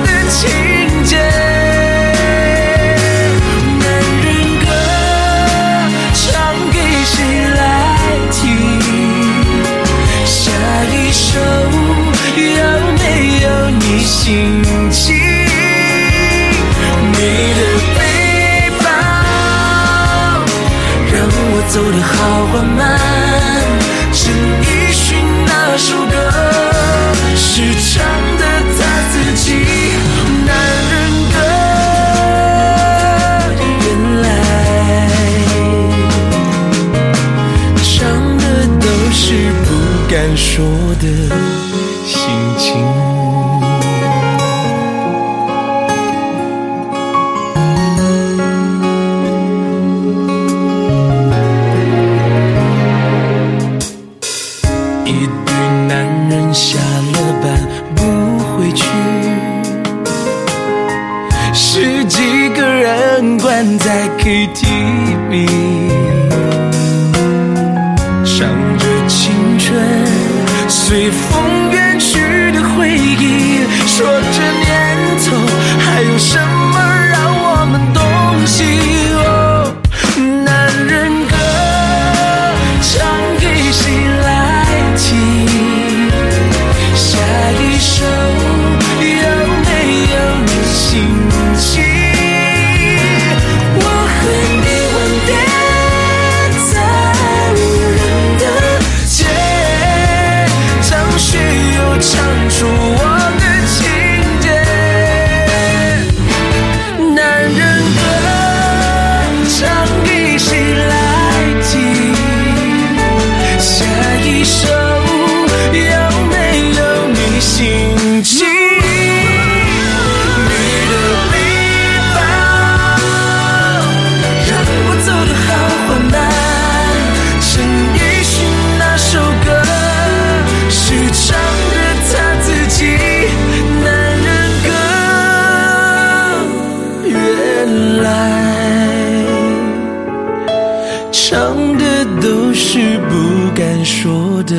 Speaker 5: 的情节。男人歌唱给谁来听？下一首有没有你心情？你的背包让我走得好缓慢，陈奕迅那首歌是唱的他自己，男人歌原来。唱的都是不敢说的心情。一对男人下了班不回去，十几个人关在 KTV。唱着青春随风远去的回忆，说着念头，还有什么让我们动心？哦，男人歌唱给谁来听？下一首有没有你心情？我和你吻别。是不敢说的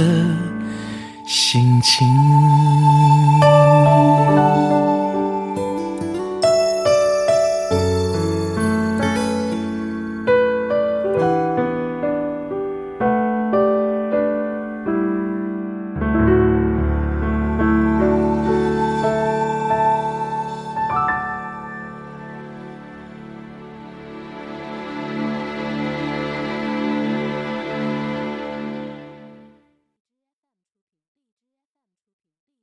Speaker 5: 心情。